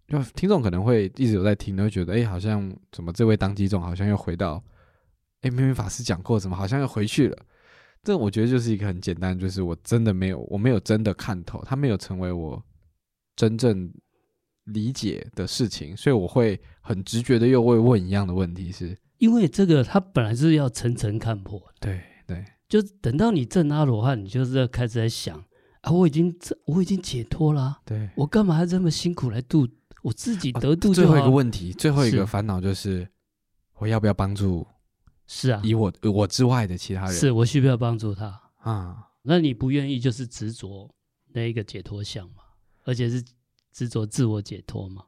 [SPEAKER 2] 就听众可能会一直有在听，都会觉得哎、诶好像怎么这位当机众好像又回到，哎、明明法师讲过，怎么好像又回去了？这我觉得就是一个很简单，就是我真的没有，我没有真的看透，他没有成为我真正理解的事情，所以我会很直觉的又会问一样的问题是，
[SPEAKER 1] 因为这个他本来是要层层看破的，
[SPEAKER 2] 对对，
[SPEAKER 1] 就是等到你证阿罗汉，你就是要开始在想啊，我已经这我已经解脱了啊、
[SPEAKER 2] 对，
[SPEAKER 1] 我干嘛还这么辛苦来度我自己得度
[SPEAKER 2] 啊最
[SPEAKER 1] 就
[SPEAKER 2] 后
[SPEAKER 1] 好
[SPEAKER 2] 一
[SPEAKER 1] 了？
[SPEAKER 2] 个问题，最后一
[SPEAKER 1] 是
[SPEAKER 2] 个烦恼就是，我要不要帮助
[SPEAKER 1] 是啊，
[SPEAKER 2] 以我我之外的其他人？
[SPEAKER 1] 是我需不需要帮助他？
[SPEAKER 2] 啊，
[SPEAKER 1] 那你不愿意就是执着那一个解脱相嘛，而且是执着自我解脱嘛。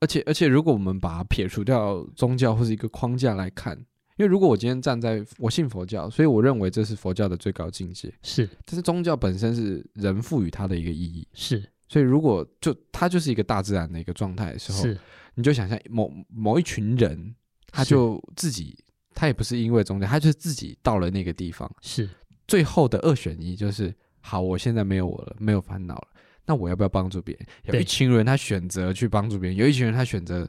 [SPEAKER 2] 而且而且，如果我们把它撇除掉宗教或是一个框架来看，因为如果我今天站在我信佛教，所以我认为这是佛教的最高境界，
[SPEAKER 1] 是
[SPEAKER 2] 但是宗教本身是人赋予它的一个意义，
[SPEAKER 1] 是
[SPEAKER 2] 所以如果就它就是一个大自然的一个状态的时候，
[SPEAKER 1] 是，
[SPEAKER 2] 你就想象某某一群人，他
[SPEAKER 1] 是
[SPEAKER 2] 就自己他也不是因为宗教，他就是自己到了那个地方。
[SPEAKER 1] 是
[SPEAKER 2] 最后的二选一就是：好，我现在没有我了，没有烦恼了，那我要不要帮助别人？有
[SPEAKER 1] 对
[SPEAKER 2] 一群人他选择去帮助别人，有一群人他选择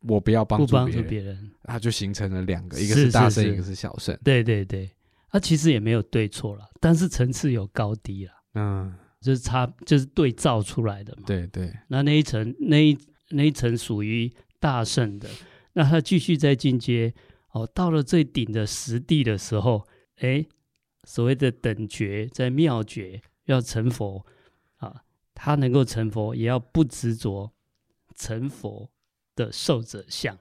[SPEAKER 2] 我不要帮
[SPEAKER 1] 不
[SPEAKER 2] 助
[SPEAKER 1] 帮
[SPEAKER 2] 别
[SPEAKER 1] 助
[SPEAKER 2] 人，
[SPEAKER 1] 别人，
[SPEAKER 2] 他就形成了两个，一个
[SPEAKER 1] 是
[SPEAKER 2] 是大
[SPEAKER 1] 是
[SPEAKER 2] 圣，
[SPEAKER 1] 是
[SPEAKER 2] 一个是小圣。
[SPEAKER 1] 对对对，他、其实也没有对错了，但是层次有高低啦，
[SPEAKER 2] 嗯，
[SPEAKER 1] 就是差就是对照出来的嘛。
[SPEAKER 2] 对对，
[SPEAKER 1] 那那一层那一那一层属于大圣的，那他继续再进阶，哦，到了最顶的实地的时候，哎，所谓的等觉在妙觉要成佛啊，他能够成佛，也要不执着成佛的受者相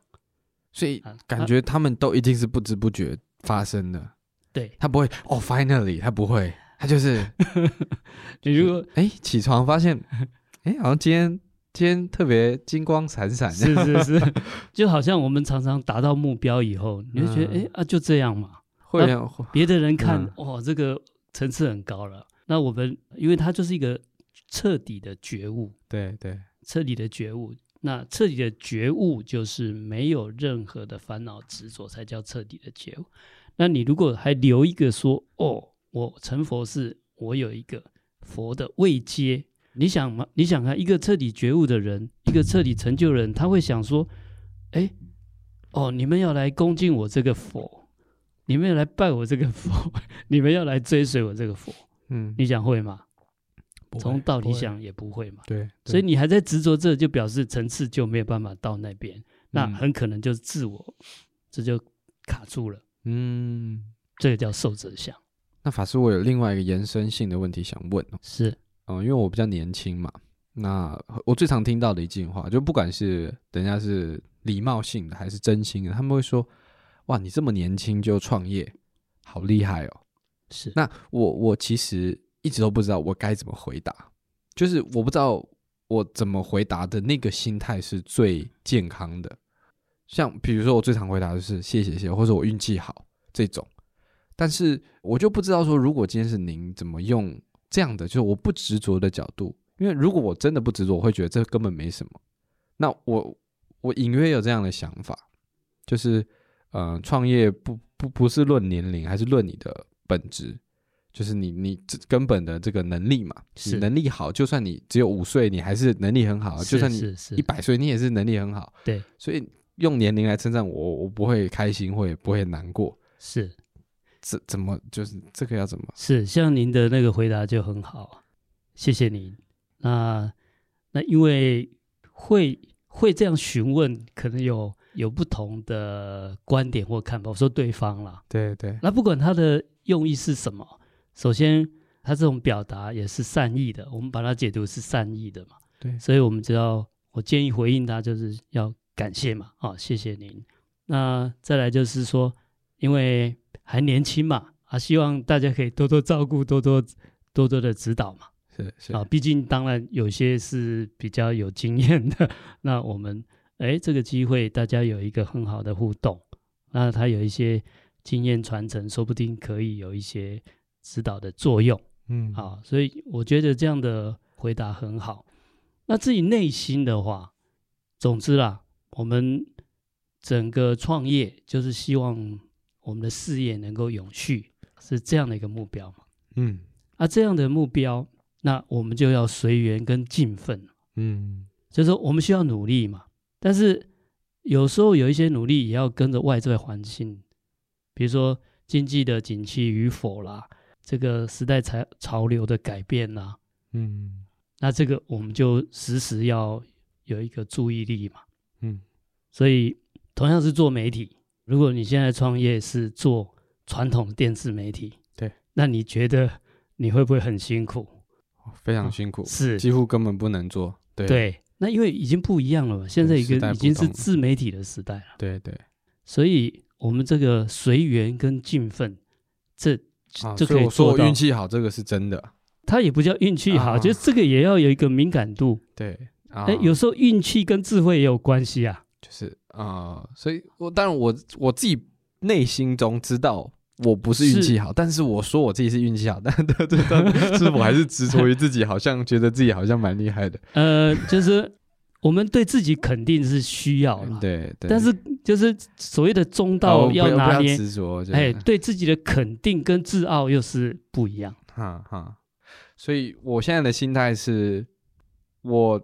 [SPEAKER 2] 所以
[SPEAKER 1] 啊，
[SPEAKER 2] 感
[SPEAKER 1] 他
[SPEAKER 2] 觉他们都一定是不知不觉发生的，
[SPEAKER 1] 对
[SPEAKER 2] 他不会哦，finally，他不会，他就是
[SPEAKER 1] 你如果
[SPEAKER 2] 哎，起床 发现，哎，好像今天今天特别金光闪闪，
[SPEAKER 1] 是是是，就好像我们常常达到目标以后，你就觉得
[SPEAKER 2] 嗯
[SPEAKER 1] 哎、诶啊就这样嘛，
[SPEAKER 2] 会让会
[SPEAKER 1] 别的人看
[SPEAKER 2] 嗯
[SPEAKER 1] 哇、这个层次很高了。那我们因为它就是一个彻底的觉悟，
[SPEAKER 2] 对对，
[SPEAKER 1] 彻底的觉悟。那彻底的觉悟就是没有任何的烦恼执着，才叫彻底的觉悟。那你如果还留一个说哦，我成佛是我有一个佛的位阶，你想嘛？你想看一个彻底觉悟的人，一个彻底成就的人，他会想说，哎，哦，你们要来恭敬我这个佛，你们要来拜我这个佛， 你们要来追随我这个佛，
[SPEAKER 2] 嗯，
[SPEAKER 1] 你想会吗？
[SPEAKER 2] 不会
[SPEAKER 1] 从道理
[SPEAKER 2] 不会
[SPEAKER 1] 想也不会嘛。
[SPEAKER 2] 对，
[SPEAKER 1] 所以
[SPEAKER 2] 对
[SPEAKER 1] 你还在执着这，就表示层次就没有办法到那边，那
[SPEAKER 2] 嗯
[SPEAKER 1] 很可能就是自我，这就卡住了，
[SPEAKER 2] 嗯，
[SPEAKER 1] 这个叫受者相。
[SPEAKER 2] 那法师，我有另外一个延伸性的问题想问哦，
[SPEAKER 1] 是
[SPEAKER 2] 嗯，因为我比较年轻嘛，那我最常听到的一句话，就不管是人家是礼貌性的还是真心的，他们会说，哇，你这么年轻就创业，好厉害哦。
[SPEAKER 1] 是，
[SPEAKER 2] 那我我其实一直都不知道我该怎么回答，就是我不知道我怎么回答的那个心态是最健康的。像比如说，我最常回答的是谢谢谢，或者我运气好这种，但是我就不知道说，如果今天是您，怎么用这样的就是我不执着的角度，因为如果我真的不执着，我会觉得这根本没什么。那我我隐约有这样的想法，就是呃，创业不不不是论年龄，还是论你的本质，就是你你这根本的这个能力嘛。你
[SPEAKER 1] 是
[SPEAKER 2] 能力好，就算你只有五岁，你还是能力很好；
[SPEAKER 1] 是
[SPEAKER 2] 就算你
[SPEAKER 1] 是是
[SPEAKER 2] 一百岁，你也是能力很好。
[SPEAKER 1] 对，
[SPEAKER 2] 所以用年龄来称赞我，我不会开心，会不会难过？
[SPEAKER 1] 是
[SPEAKER 2] 怎怎么就是这个要怎么？
[SPEAKER 1] 是，像您的那个回答就很好，谢谢您。那那因为会会这样询问，可能有有不同的观点或看法。我说对方啦，
[SPEAKER 2] 对对，
[SPEAKER 1] 那不管他的用意是什么，首先他这种表达也是善意的，我们把它解读是善意的嘛。
[SPEAKER 2] 对
[SPEAKER 1] 所以我们只要我建议回应他，就是要感谢嘛，啊、谢谢您。那再来就是说，因为还年轻嘛，啊，希望大家可以多多照顾，多多多多的指导嘛。
[SPEAKER 2] 是是
[SPEAKER 1] 啊，毕竟当然有些是比较有经验的，那我们哎这个机会大家有一个很好的互动，那他有一些经验传承，说不定可以有一些指导的作用
[SPEAKER 2] 嗯，
[SPEAKER 1] 啊，所以我觉得这样的回答很好。那自己内心的话，总之啦，我们整个创业就是希望我们的事业能够永续，是这样的一个目标嘛。
[SPEAKER 2] 嗯
[SPEAKER 1] 啊，这样的目标，那我们就要随缘跟尽奋，
[SPEAKER 2] 嗯，
[SPEAKER 1] 就是说我们需要努力嘛。但是有时候有一些努力也要跟着外在环境，比如说经济的景气与否啦，这个时代潮潮流的改变啦，
[SPEAKER 2] 嗯
[SPEAKER 1] 那这个我们就时时要有一个注意力嘛。
[SPEAKER 2] 嗯，
[SPEAKER 1] 所以同样是做媒体，如果你现在创业是做传统电视媒体，
[SPEAKER 2] 对，
[SPEAKER 1] 那你觉得你会不会很辛苦？
[SPEAKER 2] 非常辛苦，
[SPEAKER 1] 嗯是，
[SPEAKER 2] 几乎根本不能做。对
[SPEAKER 1] 对，那因为已经不一样了嘛，现在
[SPEAKER 2] 对
[SPEAKER 1] 一
[SPEAKER 2] 时代
[SPEAKER 1] 个已
[SPEAKER 2] 不
[SPEAKER 1] 经是
[SPEAKER 2] 同
[SPEAKER 1] 自媒体的时代了，
[SPEAKER 2] 对对，
[SPEAKER 1] 所以我们这个随缘跟尽奋，这
[SPEAKER 2] 啊，
[SPEAKER 1] 这
[SPEAKER 2] 所
[SPEAKER 1] 可
[SPEAKER 2] 以
[SPEAKER 1] 以
[SPEAKER 2] 我说
[SPEAKER 1] 做
[SPEAKER 2] 我
[SPEAKER 1] 到
[SPEAKER 2] 运。气好，这个是真的。
[SPEAKER 1] 它也不叫运气好，
[SPEAKER 2] 啊
[SPEAKER 1] 就是这个也要有一个敏感度。
[SPEAKER 2] 对啊
[SPEAKER 1] 哎，，有时候运气跟智慧也有关系啊。
[SPEAKER 2] 就是啊，所以我当然我我自己内心中知道。我不是运气好，但是我说我自己是运 气好，但但 但是我还是执着于自己，好像觉得自己好像蛮厉害的。
[SPEAKER 1] 呃，就是我们对自己肯定是需要啦，
[SPEAKER 2] 哎对对。
[SPEAKER 1] 但是就是所谓的中
[SPEAKER 2] 哦
[SPEAKER 1] 道
[SPEAKER 2] 不要
[SPEAKER 1] 拿
[SPEAKER 2] 不
[SPEAKER 1] 捏，
[SPEAKER 2] 执着，这样
[SPEAKER 1] 哎，对自己的肯定跟自傲又是不一样。
[SPEAKER 2] 哈哈，所以我现在的心态是，我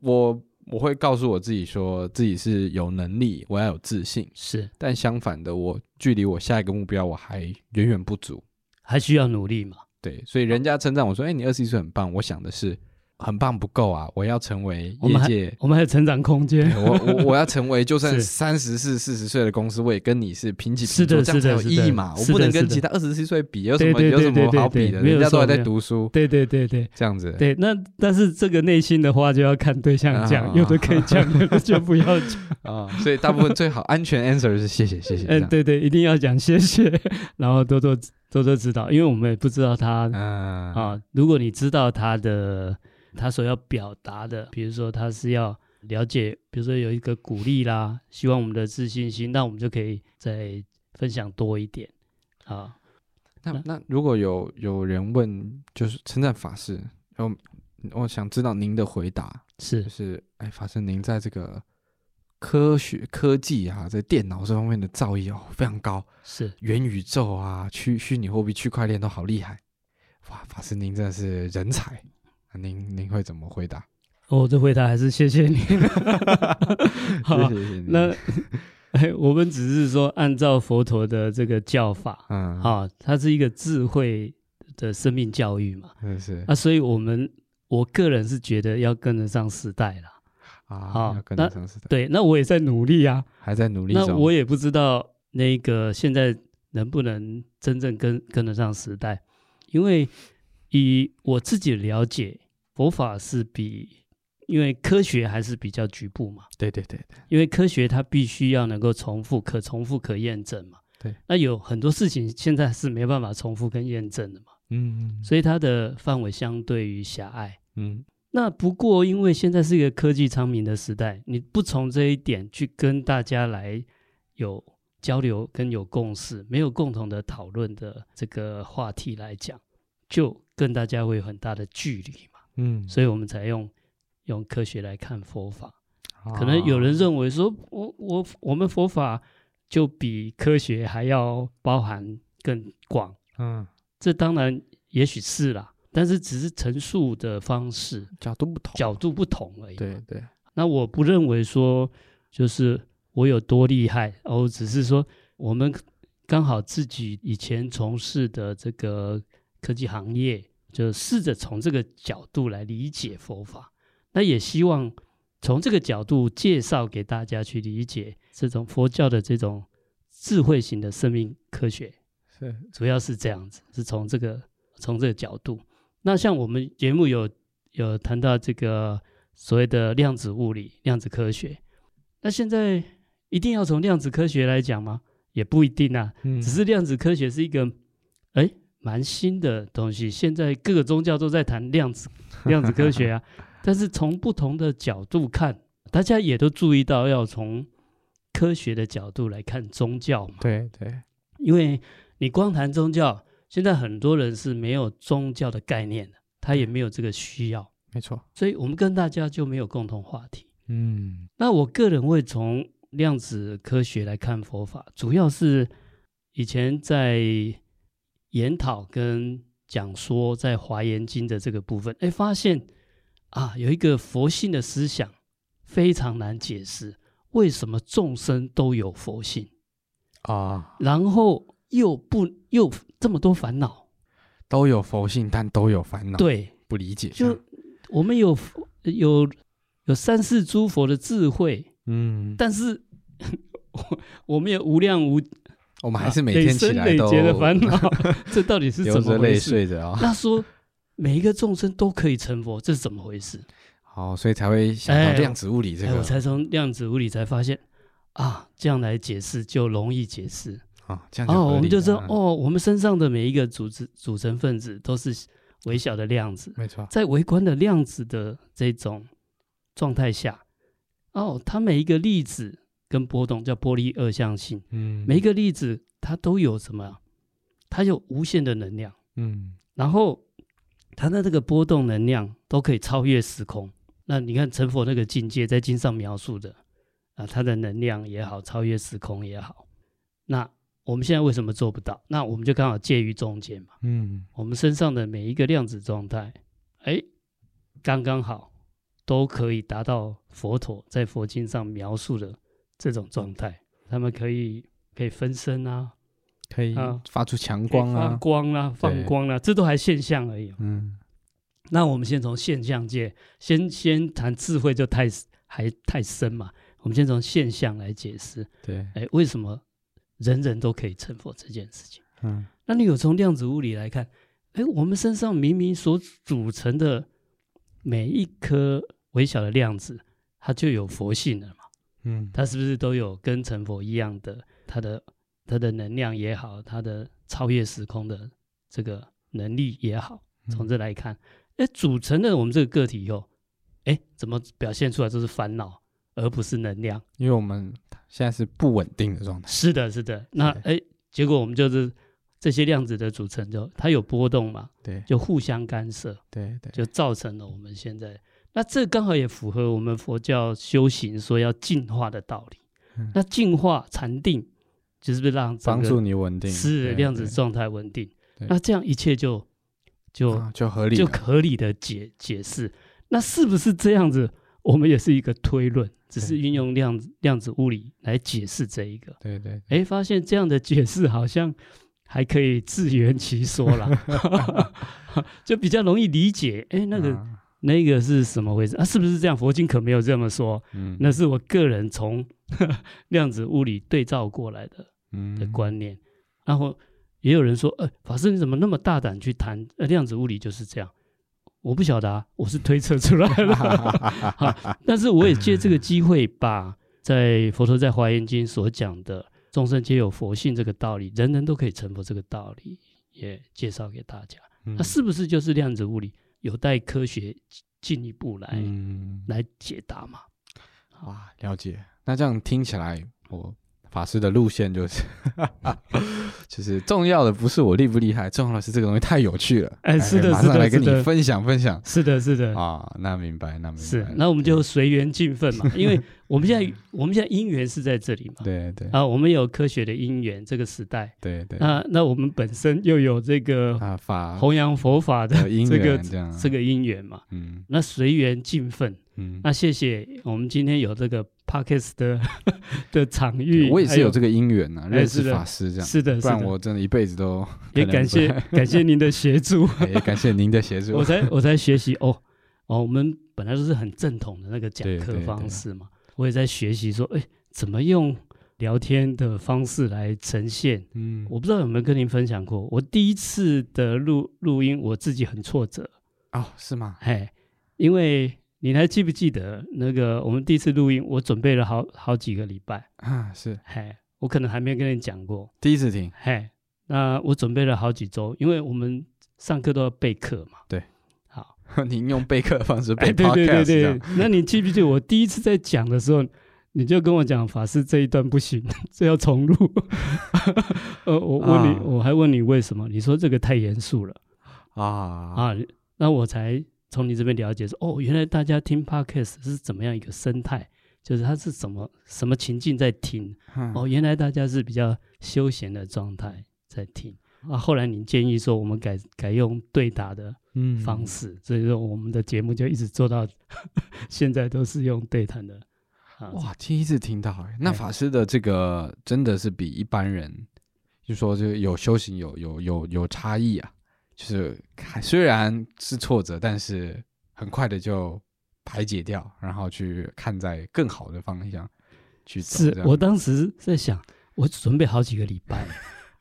[SPEAKER 2] 我我会告诉我自己说自己是有能力，我要有自信。
[SPEAKER 1] 是，
[SPEAKER 2] 但相反的，我距离我下一个目标我还远远不足。
[SPEAKER 1] 还需要努力嘛？
[SPEAKER 2] 对，所以人家称赞我说：“哎、你二十一岁很棒。”我想的是，很棒不够啊，我要成为
[SPEAKER 1] 我
[SPEAKER 2] 业
[SPEAKER 1] 们还
[SPEAKER 2] 界，
[SPEAKER 1] 我们还有成长空间。
[SPEAKER 2] 我我我要成为，就 算
[SPEAKER 1] 是
[SPEAKER 2] 三十四、四十岁的公司，我也跟你是平起
[SPEAKER 1] 是
[SPEAKER 2] 平
[SPEAKER 1] 的
[SPEAKER 2] 坐，这样才有
[SPEAKER 1] 是的
[SPEAKER 2] 意
[SPEAKER 1] 是
[SPEAKER 2] 义
[SPEAKER 1] 的
[SPEAKER 2] 嘛。我
[SPEAKER 1] 是
[SPEAKER 2] 不
[SPEAKER 1] 的
[SPEAKER 2] 能
[SPEAKER 1] 是
[SPEAKER 2] 跟
[SPEAKER 1] 的
[SPEAKER 2] 其他二十四岁比，有什
[SPEAKER 1] 对
[SPEAKER 2] 么
[SPEAKER 1] 对
[SPEAKER 2] 有
[SPEAKER 1] 对
[SPEAKER 2] 什
[SPEAKER 1] 对
[SPEAKER 2] 么
[SPEAKER 1] 对
[SPEAKER 2] 好
[SPEAKER 1] 对
[SPEAKER 2] 比的？
[SPEAKER 1] 没有
[SPEAKER 2] 人家都
[SPEAKER 1] 错
[SPEAKER 2] 还在
[SPEAKER 1] 没有
[SPEAKER 2] 读书，
[SPEAKER 1] 对 对对对
[SPEAKER 2] 这样子。
[SPEAKER 1] 对，那但是这个内心的话就要看对象
[SPEAKER 2] 啊
[SPEAKER 1] 讲，有的可以讲，有的就不要 讲。
[SPEAKER 2] 啊、所以大部分最好安全 answer 是谢谢谢谢。这
[SPEAKER 1] 嗯，
[SPEAKER 2] 样，
[SPEAKER 1] 对对，一定要讲谢谢， 然后多多多多指导，因为我们也不知道他
[SPEAKER 2] 嗯啊
[SPEAKER 1] 啊。如果你知道他的他所要表达的，比如说他是要了解，比如说有一个鼓励啦，希望我们的自信心，那我们就可以再分享多一点啊。
[SPEAKER 2] 那那如果有有人问，就是称赞法师，我我想知道您的回答，
[SPEAKER 1] 是
[SPEAKER 2] 就是哎，法师您在这个科学科技啊，在电脑这方面的造诣哦非常高，
[SPEAKER 1] 是，
[SPEAKER 2] 元宇宙啊、虚虚拟货币、区块链都好厉害，哇，法师您真的是人才，啊您您会怎么回答？
[SPEAKER 1] 我哦的回答还是谢谢 你。 好啊
[SPEAKER 2] 谢谢谢谢您
[SPEAKER 1] 那 哎，我们只是说按照佛陀的这个教法
[SPEAKER 2] 嗯，
[SPEAKER 1] 啊，它是一个智慧的生命教育嘛
[SPEAKER 2] 真的是
[SPEAKER 1] 啊，所以我们我个人是觉得要跟得上时代啦。
[SPEAKER 2] 啊，
[SPEAKER 1] 好
[SPEAKER 2] 要跟
[SPEAKER 1] 那
[SPEAKER 2] 得上时代，
[SPEAKER 1] 对，那我也在努力啊，
[SPEAKER 2] 还在努力
[SPEAKER 1] 那
[SPEAKER 2] 中。
[SPEAKER 1] 我也不知道那个现在能不能真正跟跟得上时代，因为以我自己的了解，佛法是比因为科学还是比较局部嘛。
[SPEAKER 2] 对对对对，
[SPEAKER 1] 因为科学它必须要能够重复、可重复、可验证嘛。
[SPEAKER 2] 对，
[SPEAKER 1] 那有很多事情现在是没办法重复跟验证的嘛，
[SPEAKER 2] 嗯
[SPEAKER 1] 所以它的范围相对于狭隘。
[SPEAKER 2] 嗯
[SPEAKER 1] 那不过，因为现在是一个科技昌明的时代，你不从这一点去跟大家来有交流跟有共识，没有共同的讨论的这个话题来讲，就跟大家会有很大的距离嘛。
[SPEAKER 2] 嗯，
[SPEAKER 1] 所以我们才用用科学来看佛法。
[SPEAKER 2] 以
[SPEAKER 1] 可能有人认为说，我我我们佛法就比科学还要包含更广，
[SPEAKER 2] 嗯
[SPEAKER 1] 这当然也许是啦，但是只是陈述的方式
[SPEAKER 2] 角度不同，
[SPEAKER 1] 角度不同而已。
[SPEAKER 2] 对，对，
[SPEAKER 1] 那我不认为说就是我有多厉害，哦，我只是说我们刚好自己以前从事的这个科技行业，就试着从这个角度来理解佛法。那也希望从这个角度介绍给大家去理解这种佛教的这种智慧型的生命科学。
[SPEAKER 2] 是
[SPEAKER 1] 主要是这样子，是从这个从这个角度。那像我们节目有有谈到这个所谓的量子物理、量子科学，那现在一定要从量子科学来讲吗？也不一定啊，
[SPEAKER 2] 嗯
[SPEAKER 1] 只是量子科学是一个哎蛮新的东西，现在各个宗教都在谈量子量子科学啊，但是从不同的角度看，大家也都注意到要从科学的角度来看宗教嘛。
[SPEAKER 2] 对对，
[SPEAKER 1] 因为你光谈宗教，现在很多人是没有宗教的概念的，他也没有这个需要，
[SPEAKER 2] 没错，
[SPEAKER 1] 所以我们跟大家就没有共同话题。
[SPEAKER 2] 嗯
[SPEAKER 1] 那我个人会从量子科学来看佛法，主要是以前在研讨跟讲说在《华严经》的这个部分，哎，发现啊有一个佛性的思想非常难解释，为什么众生都有佛性？
[SPEAKER 2] 啊，
[SPEAKER 1] 然后又不又这么多烦恼，
[SPEAKER 2] 都有佛性，但都有烦恼，，
[SPEAKER 1] 对，
[SPEAKER 2] 不理解，
[SPEAKER 1] 就我们有有有三世诸佛的智慧，
[SPEAKER 2] 嗯，
[SPEAKER 1] 但是 我我们有无量无
[SPEAKER 2] 我们
[SPEAKER 1] 啊
[SPEAKER 2] 还是每天起来
[SPEAKER 1] 累生累
[SPEAKER 2] 都
[SPEAKER 1] 劫的烦恼， 这到底是
[SPEAKER 2] 流
[SPEAKER 1] 怎
[SPEAKER 2] 着
[SPEAKER 1] 么回
[SPEAKER 2] 泪
[SPEAKER 1] 事？
[SPEAKER 2] 睡着啊，
[SPEAKER 1] 那说每一个众生都可以成佛，这是怎么回事？
[SPEAKER 2] 好，所以才会想到
[SPEAKER 1] 哎
[SPEAKER 2] 量子物理这
[SPEAKER 1] 哎，我
[SPEAKER 2] 个
[SPEAKER 1] 才从量子物理才发现啊，这样来解释就容易解释。
[SPEAKER 2] 啊，这
[SPEAKER 1] 哦，
[SPEAKER 2] 样合
[SPEAKER 1] 我们
[SPEAKER 2] 理
[SPEAKER 1] 就
[SPEAKER 2] 了
[SPEAKER 1] 知道
[SPEAKER 2] 嗯
[SPEAKER 1] 哦，我们身上的每一个组织组成分子都是微小的量子，
[SPEAKER 2] 没错，
[SPEAKER 1] 在微观的量子的这种状态下，哦，它每一个粒子跟波动叫波粒二象性，
[SPEAKER 2] 嗯，
[SPEAKER 1] 每一，个粒子它都有什么啊？它有无限的能量，
[SPEAKER 2] 嗯，
[SPEAKER 1] 然后它的这个波动能量都可以超越时空，那你看成佛那个境界，在经上描述的啊，它的能量也好，超越时空也好，那我们现在为什么做不到？那我们就刚好介于中间嘛。
[SPEAKER 2] 嗯，
[SPEAKER 1] 我们身上的每一个量子状态，哎，刚刚好都可以达到佛陀在佛经上描述的这种状态。他们可以可以分身啊，
[SPEAKER 2] 可以
[SPEAKER 1] 啊
[SPEAKER 2] 发出强光
[SPEAKER 1] 可以发
[SPEAKER 2] 啊，
[SPEAKER 1] 光啊，放光啊，这都还现象而已哦。
[SPEAKER 2] 嗯
[SPEAKER 1] 那我们先从现象界，先先谈智慧就太还太深嘛。我们先从现象来解释，
[SPEAKER 2] 对，
[SPEAKER 1] 哎，为什么人人都可以成佛这件事情？
[SPEAKER 2] 嗯
[SPEAKER 1] 那你有从量子物理来看，哎，我们身上明明所组成的每一颗微小的量子，它就有佛性了嘛？
[SPEAKER 2] 嗯，
[SPEAKER 1] 它是不是都有跟成佛一样的它的它的能量也好，它的超越时空的这个能力也好？
[SPEAKER 2] 嗯
[SPEAKER 1] 从这来看，哎，组成了我们这个个体以后，哎，怎么表现出来就是烦恼，而不是能量？
[SPEAKER 2] 因为我们现在是不稳定的状态，
[SPEAKER 1] 是的，是的。那哎，结果我们就是这些量子的组成就它有波动嘛？
[SPEAKER 2] 对
[SPEAKER 1] 就互相干涉，
[SPEAKER 2] 对对，
[SPEAKER 1] 就造成了我们现在。那这刚好也符合我们佛教修行说要进化的道理。
[SPEAKER 2] 嗯
[SPEAKER 1] 那进化禅定，就是不是让整
[SPEAKER 2] 帮
[SPEAKER 1] 个
[SPEAKER 2] 助你稳定，
[SPEAKER 1] 是
[SPEAKER 2] 对
[SPEAKER 1] 量子
[SPEAKER 2] 对
[SPEAKER 1] 状态稳定？
[SPEAKER 2] 对
[SPEAKER 1] 那这样一切就就、
[SPEAKER 2] 啊就合理
[SPEAKER 1] 就
[SPEAKER 2] 了，
[SPEAKER 1] 合理的解解释。那是不是这样子？我们也是一个推论，只是
[SPEAKER 2] 对
[SPEAKER 1] 运用量子量子物理来解释这一个。
[SPEAKER 2] 对对，
[SPEAKER 1] 哎，发现这样的解释好像还可以自圆其说啦， 就比较容易理解。哎，那个、
[SPEAKER 2] 啊
[SPEAKER 1] 那个是什么回事啊？是不是这样？佛经可没有这么说，
[SPEAKER 2] 嗯
[SPEAKER 1] 那是我个人从 量子物理对照过来的的
[SPEAKER 2] 嗯
[SPEAKER 1] 观念。然后也有人说，呃，法师你怎么那么大胆去谈、呃、量子物理就是这样？我不晓得啊，我是推测出来 的。好但是我也借这个机会，把在佛陀在华严经所讲的“众生皆有佛性”这个道理，人人都可以成佛这个道理，也介绍给大家。
[SPEAKER 2] 嗯
[SPEAKER 1] 那是不是就是量子物理有待科学进一步来、
[SPEAKER 2] 嗯
[SPEAKER 1] 来解答嘛？
[SPEAKER 2] 哇，了解。那这样听起来，我法师的路线就是， 就是重要的不是我厉不厉害，重要的是这个东西太有趣了。
[SPEAKER 1] 哎是的
[SPEAKER 2] 马
[SPEAKER 1] 是
[SPEAKER 2] 上
[SPEAKER 1] 的
[SPEAKER 2] 来
[SPEAKER 1] 是
[SPEAKER 2] 跟你
[SPEAKER 1] 的
[SPEAKER 2] 分享分享
[SPEAKER 1] 是的，是的，
[SPEAKER 2] 啊。那明白，那明白。
[SPEAKER 1] 是。那我们就随缘尽分 嘛，因为我们现在我们现在因缘是在这里嘛。
[SPEAKER 2] 嗯对对
[SPEAKER 1] 啊，我们有科学的因缘这个时代，
[SPEAKER 2] 对对
[SPEAKER 1] 那那我们本身又有这个
[SPEAKER 2] 啊，法
[SPEAKER 1] 弘扬佛法的
[SPEAKER 2] 的因
[SPEAKER 1] 这个
[SPEAKER 2] 缘这样，
[SPEAKER 1] 这个因缘嘛。
[SPEAKER 2] 嗯
[SPEAKER 1] 那随缘尽分。
[SPEAKER 2] 嗯。
[SPEAKER 1] 那谢谢我们今天有这个 Parkes 的的场域，
[SPEAKER 2] 我也是
[SPEAKER 1] 还哎
[SPEAKER 2] 有这个因缘呐，认识
[SPEAKER 1] 是的
[SPEAKER 2] 法师这样，
[SPEAKER 1] 是的，
[SPEAKER 2] 不
[SPEAKER 1] 是
[SPEAKER 2] 然
[SPEAKER 1] 的，
[SPEAKER 2] 我真的一辈子都
[SPEAKER 1] 也
[SPEAKER 2] 可能
[SPEAKER 1] 感
[SPEAKER 2] 不
[SPEAKER 1] 谢感谢您的协助，
[SPEAKER 2] 哎也感谢您的协助
[SPEAKER 1] 我。才我才学习哦哦，我们本来都是很正统的那个讲
[SPEAKER 2] 对
[SPEAKER 1] 课
[SPEAKER 2] 对对
[SPEAKER 1] 方式嘛，我也在学习说，哎，怎么用聊天的方式来呈现
[SPEAKER 2] 嗯
[SPEAKER 1] 我不知道有没有跟您分享过，我第一次的录录音，我自己很挫折，
[SPEAKER 2] 哦，是吗？
[SPEAKER 1] 嘿，因为你还记不记得那个我们第一次录音，我准备了好好几个礼拜，
[SPEAKER 2] 啊，是
[SPEAKER 1] 嘿，我可能还没有跟你讲过，
[SPEAKER 2] 第一次听，
[SPEAKER 1] 嘿，那我准备了好几周，因为我们上课都要备课嘛，
[SPEAKER 2] 对，
[SPEAKER 1] 好，
[SPEAKER 2] 您用备课的方式
[SPEAKER 1] 哎，
[SPEAKER 2] 备
[SPEAKER 1] 对对
[SPEAKER 2] podcast
[SPEAKER 1] 对
[SPEAKER 2] 这样
[SPEAKER 1] 对，那你记不记得我第一次在讲的时候？你就跟我讲法师这一段不行， 这要重录。呃，我问你，
[SPEAKER 2] 啊
[SPEAKER 1] 我还问你为什么？你说这个太严肃了。
[SPEAKER 2] 啊，
[SPEAKER 1] 啊，那我才从你这边了解说，哦，原来大家听 podcast 是怎么样一个生态，就是它是怎么什么情境在听。
[SPEAKER 2] 哦
[SPEAKER 1] 哦，原来大家是比较休闲的状态在听。啊，后来你建议说我们改改用对答的
[SPEAKER 2] 嗯
[SPEAKER 1] 方式，所以说我们的节目就一直做到 现在都是用对谈的。啊，
[SPEAKER 2] 哇，第一次听到哎，那
[SPEAKER 1] 哎
[SPEAKER 2] 法师的这个真的是比一般人，就说这个有修行有有有有差异啊，就是看虽然是挫折，但是很快的就排解掉，然后去看在更好的方向去走
[SPEAKER 1] 是
[SPEAKER 2] 这样
[SPEAKER 1] 我当时在想，我准备好几个礼拜。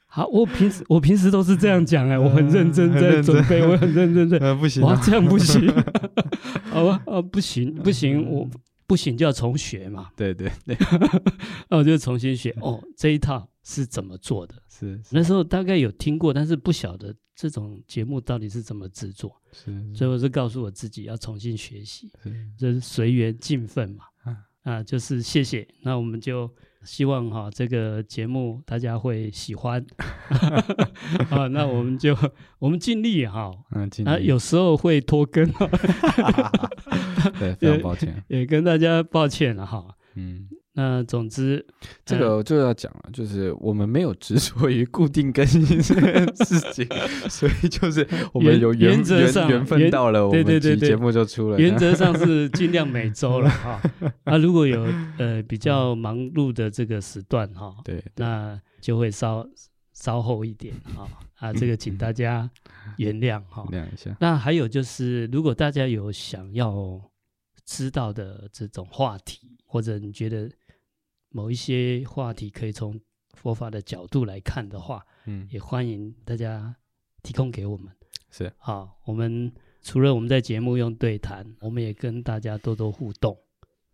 [SPEAKER 1] 好，我平时我平时都是这样讲哎、我很认真
[SPEAKER 2] 嗯很
[SPEAKER 1] 在
[SPEAKER 2] 认
[SPEAKER 1] 准
[SPEAKER 2] 真
[SPEAKER 1] 备，我很认真在
[SPEAKER 2] 呃 不行
[SPEAKER 1] 哇，
[SPEAKER 2] 啊，
[SPEAKER 1] 这样不行， 好吧，啊，不行不行，
[SPEAKER 2] 嗯
[SPEAKER 1] 我不行就要重学嘛，
[SPEAKER 2] 对对对，
[SPEAKER 1] 那我就重新学。哦，这一套是怎么做的？
[SPEAKER 2] 是是
[SPEAKER 1] 那时候大概有听过，但是不晓得这种节目到底是怎么制作，
[SPEAKER 2] 是
[SPEAKER 1] 所以我就告诉我自己要重新学习，
[SPEAKER 2] 是
[SPEAKER 1] 就是随缘尽分嘛
[SPEAKER 2] 嗯。
[SPEAKER 1] 啊，就是谢谢，那我们就希望哈、这个节目大家会喜 欢啊，那我们就我们尽力哈、
[SPEAKER 3] 嗯，尽
[SPEAKER 1] 啊，
[SPEAKER 3] 力
[SPEAKER 1] 有时候会拖更，
[SPEAKER 3] 对，非常抱歉，
[SPEAKER 1] 也跟大家抱歉了哈。
[SPEAKER 3] 嗯，
[SPEAKER 1] 那总之，呃
[SPEAKER 2] 这个
[SPEAKER 1] 嗯
[SPEAKER 2] 就要讲了，就是我们没有执着于固定更新这件事 情，所以就是我们
[SPEAKER 1] 原
[SPEAKER 2] 有
[SPEAKER 1] 原
[SPEAKER 2] 缘
[SPEAKER 1] 则上
[SPEAKER 2] 缘缘分
[SPEAKER 1] 原
[SPEAKER 2] 到了，我
[SPEAKER 1] 对对
[SPEAKER 2] 们
[SPEAKER 1] 对
[SPEAKER 2] 集
[SPEAKER 1] 对
[SPEAKER 2] 节目就出了。
[SPEAKER 1] 原则上是尽量每周了 哈。啊，如果有呃比较忙碌的这个时段哈，
[SPEAKER 2] 对，
[SPEAKER 1] 那就会稍稍后一点哈。啊，这个请大家原谅哈。
[SPEAKER 3] 亮一下，
[SPEAKER 1] 那还有就是，如果大家有想要知道的这种话题，或者你觉得某一些话题可以从佛法的角度来看的话，
[SPEAKER 3] 嗯，
[SPEAKER 1] 也欢迎大家提供给我们。
[SPEAKER 3] 是，
[SPEAKER 1] 好，我们除了我们在节目用对谈，我们也跟大家多多互动。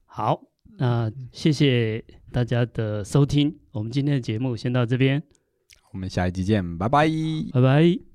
[SPEAKER 1] 好，那谢谢大家的收听，我们今天的节目先到这边，
[SPEAKER 3] 我们下一集见，拜拜。
[SPEAKER 1] 拜拜。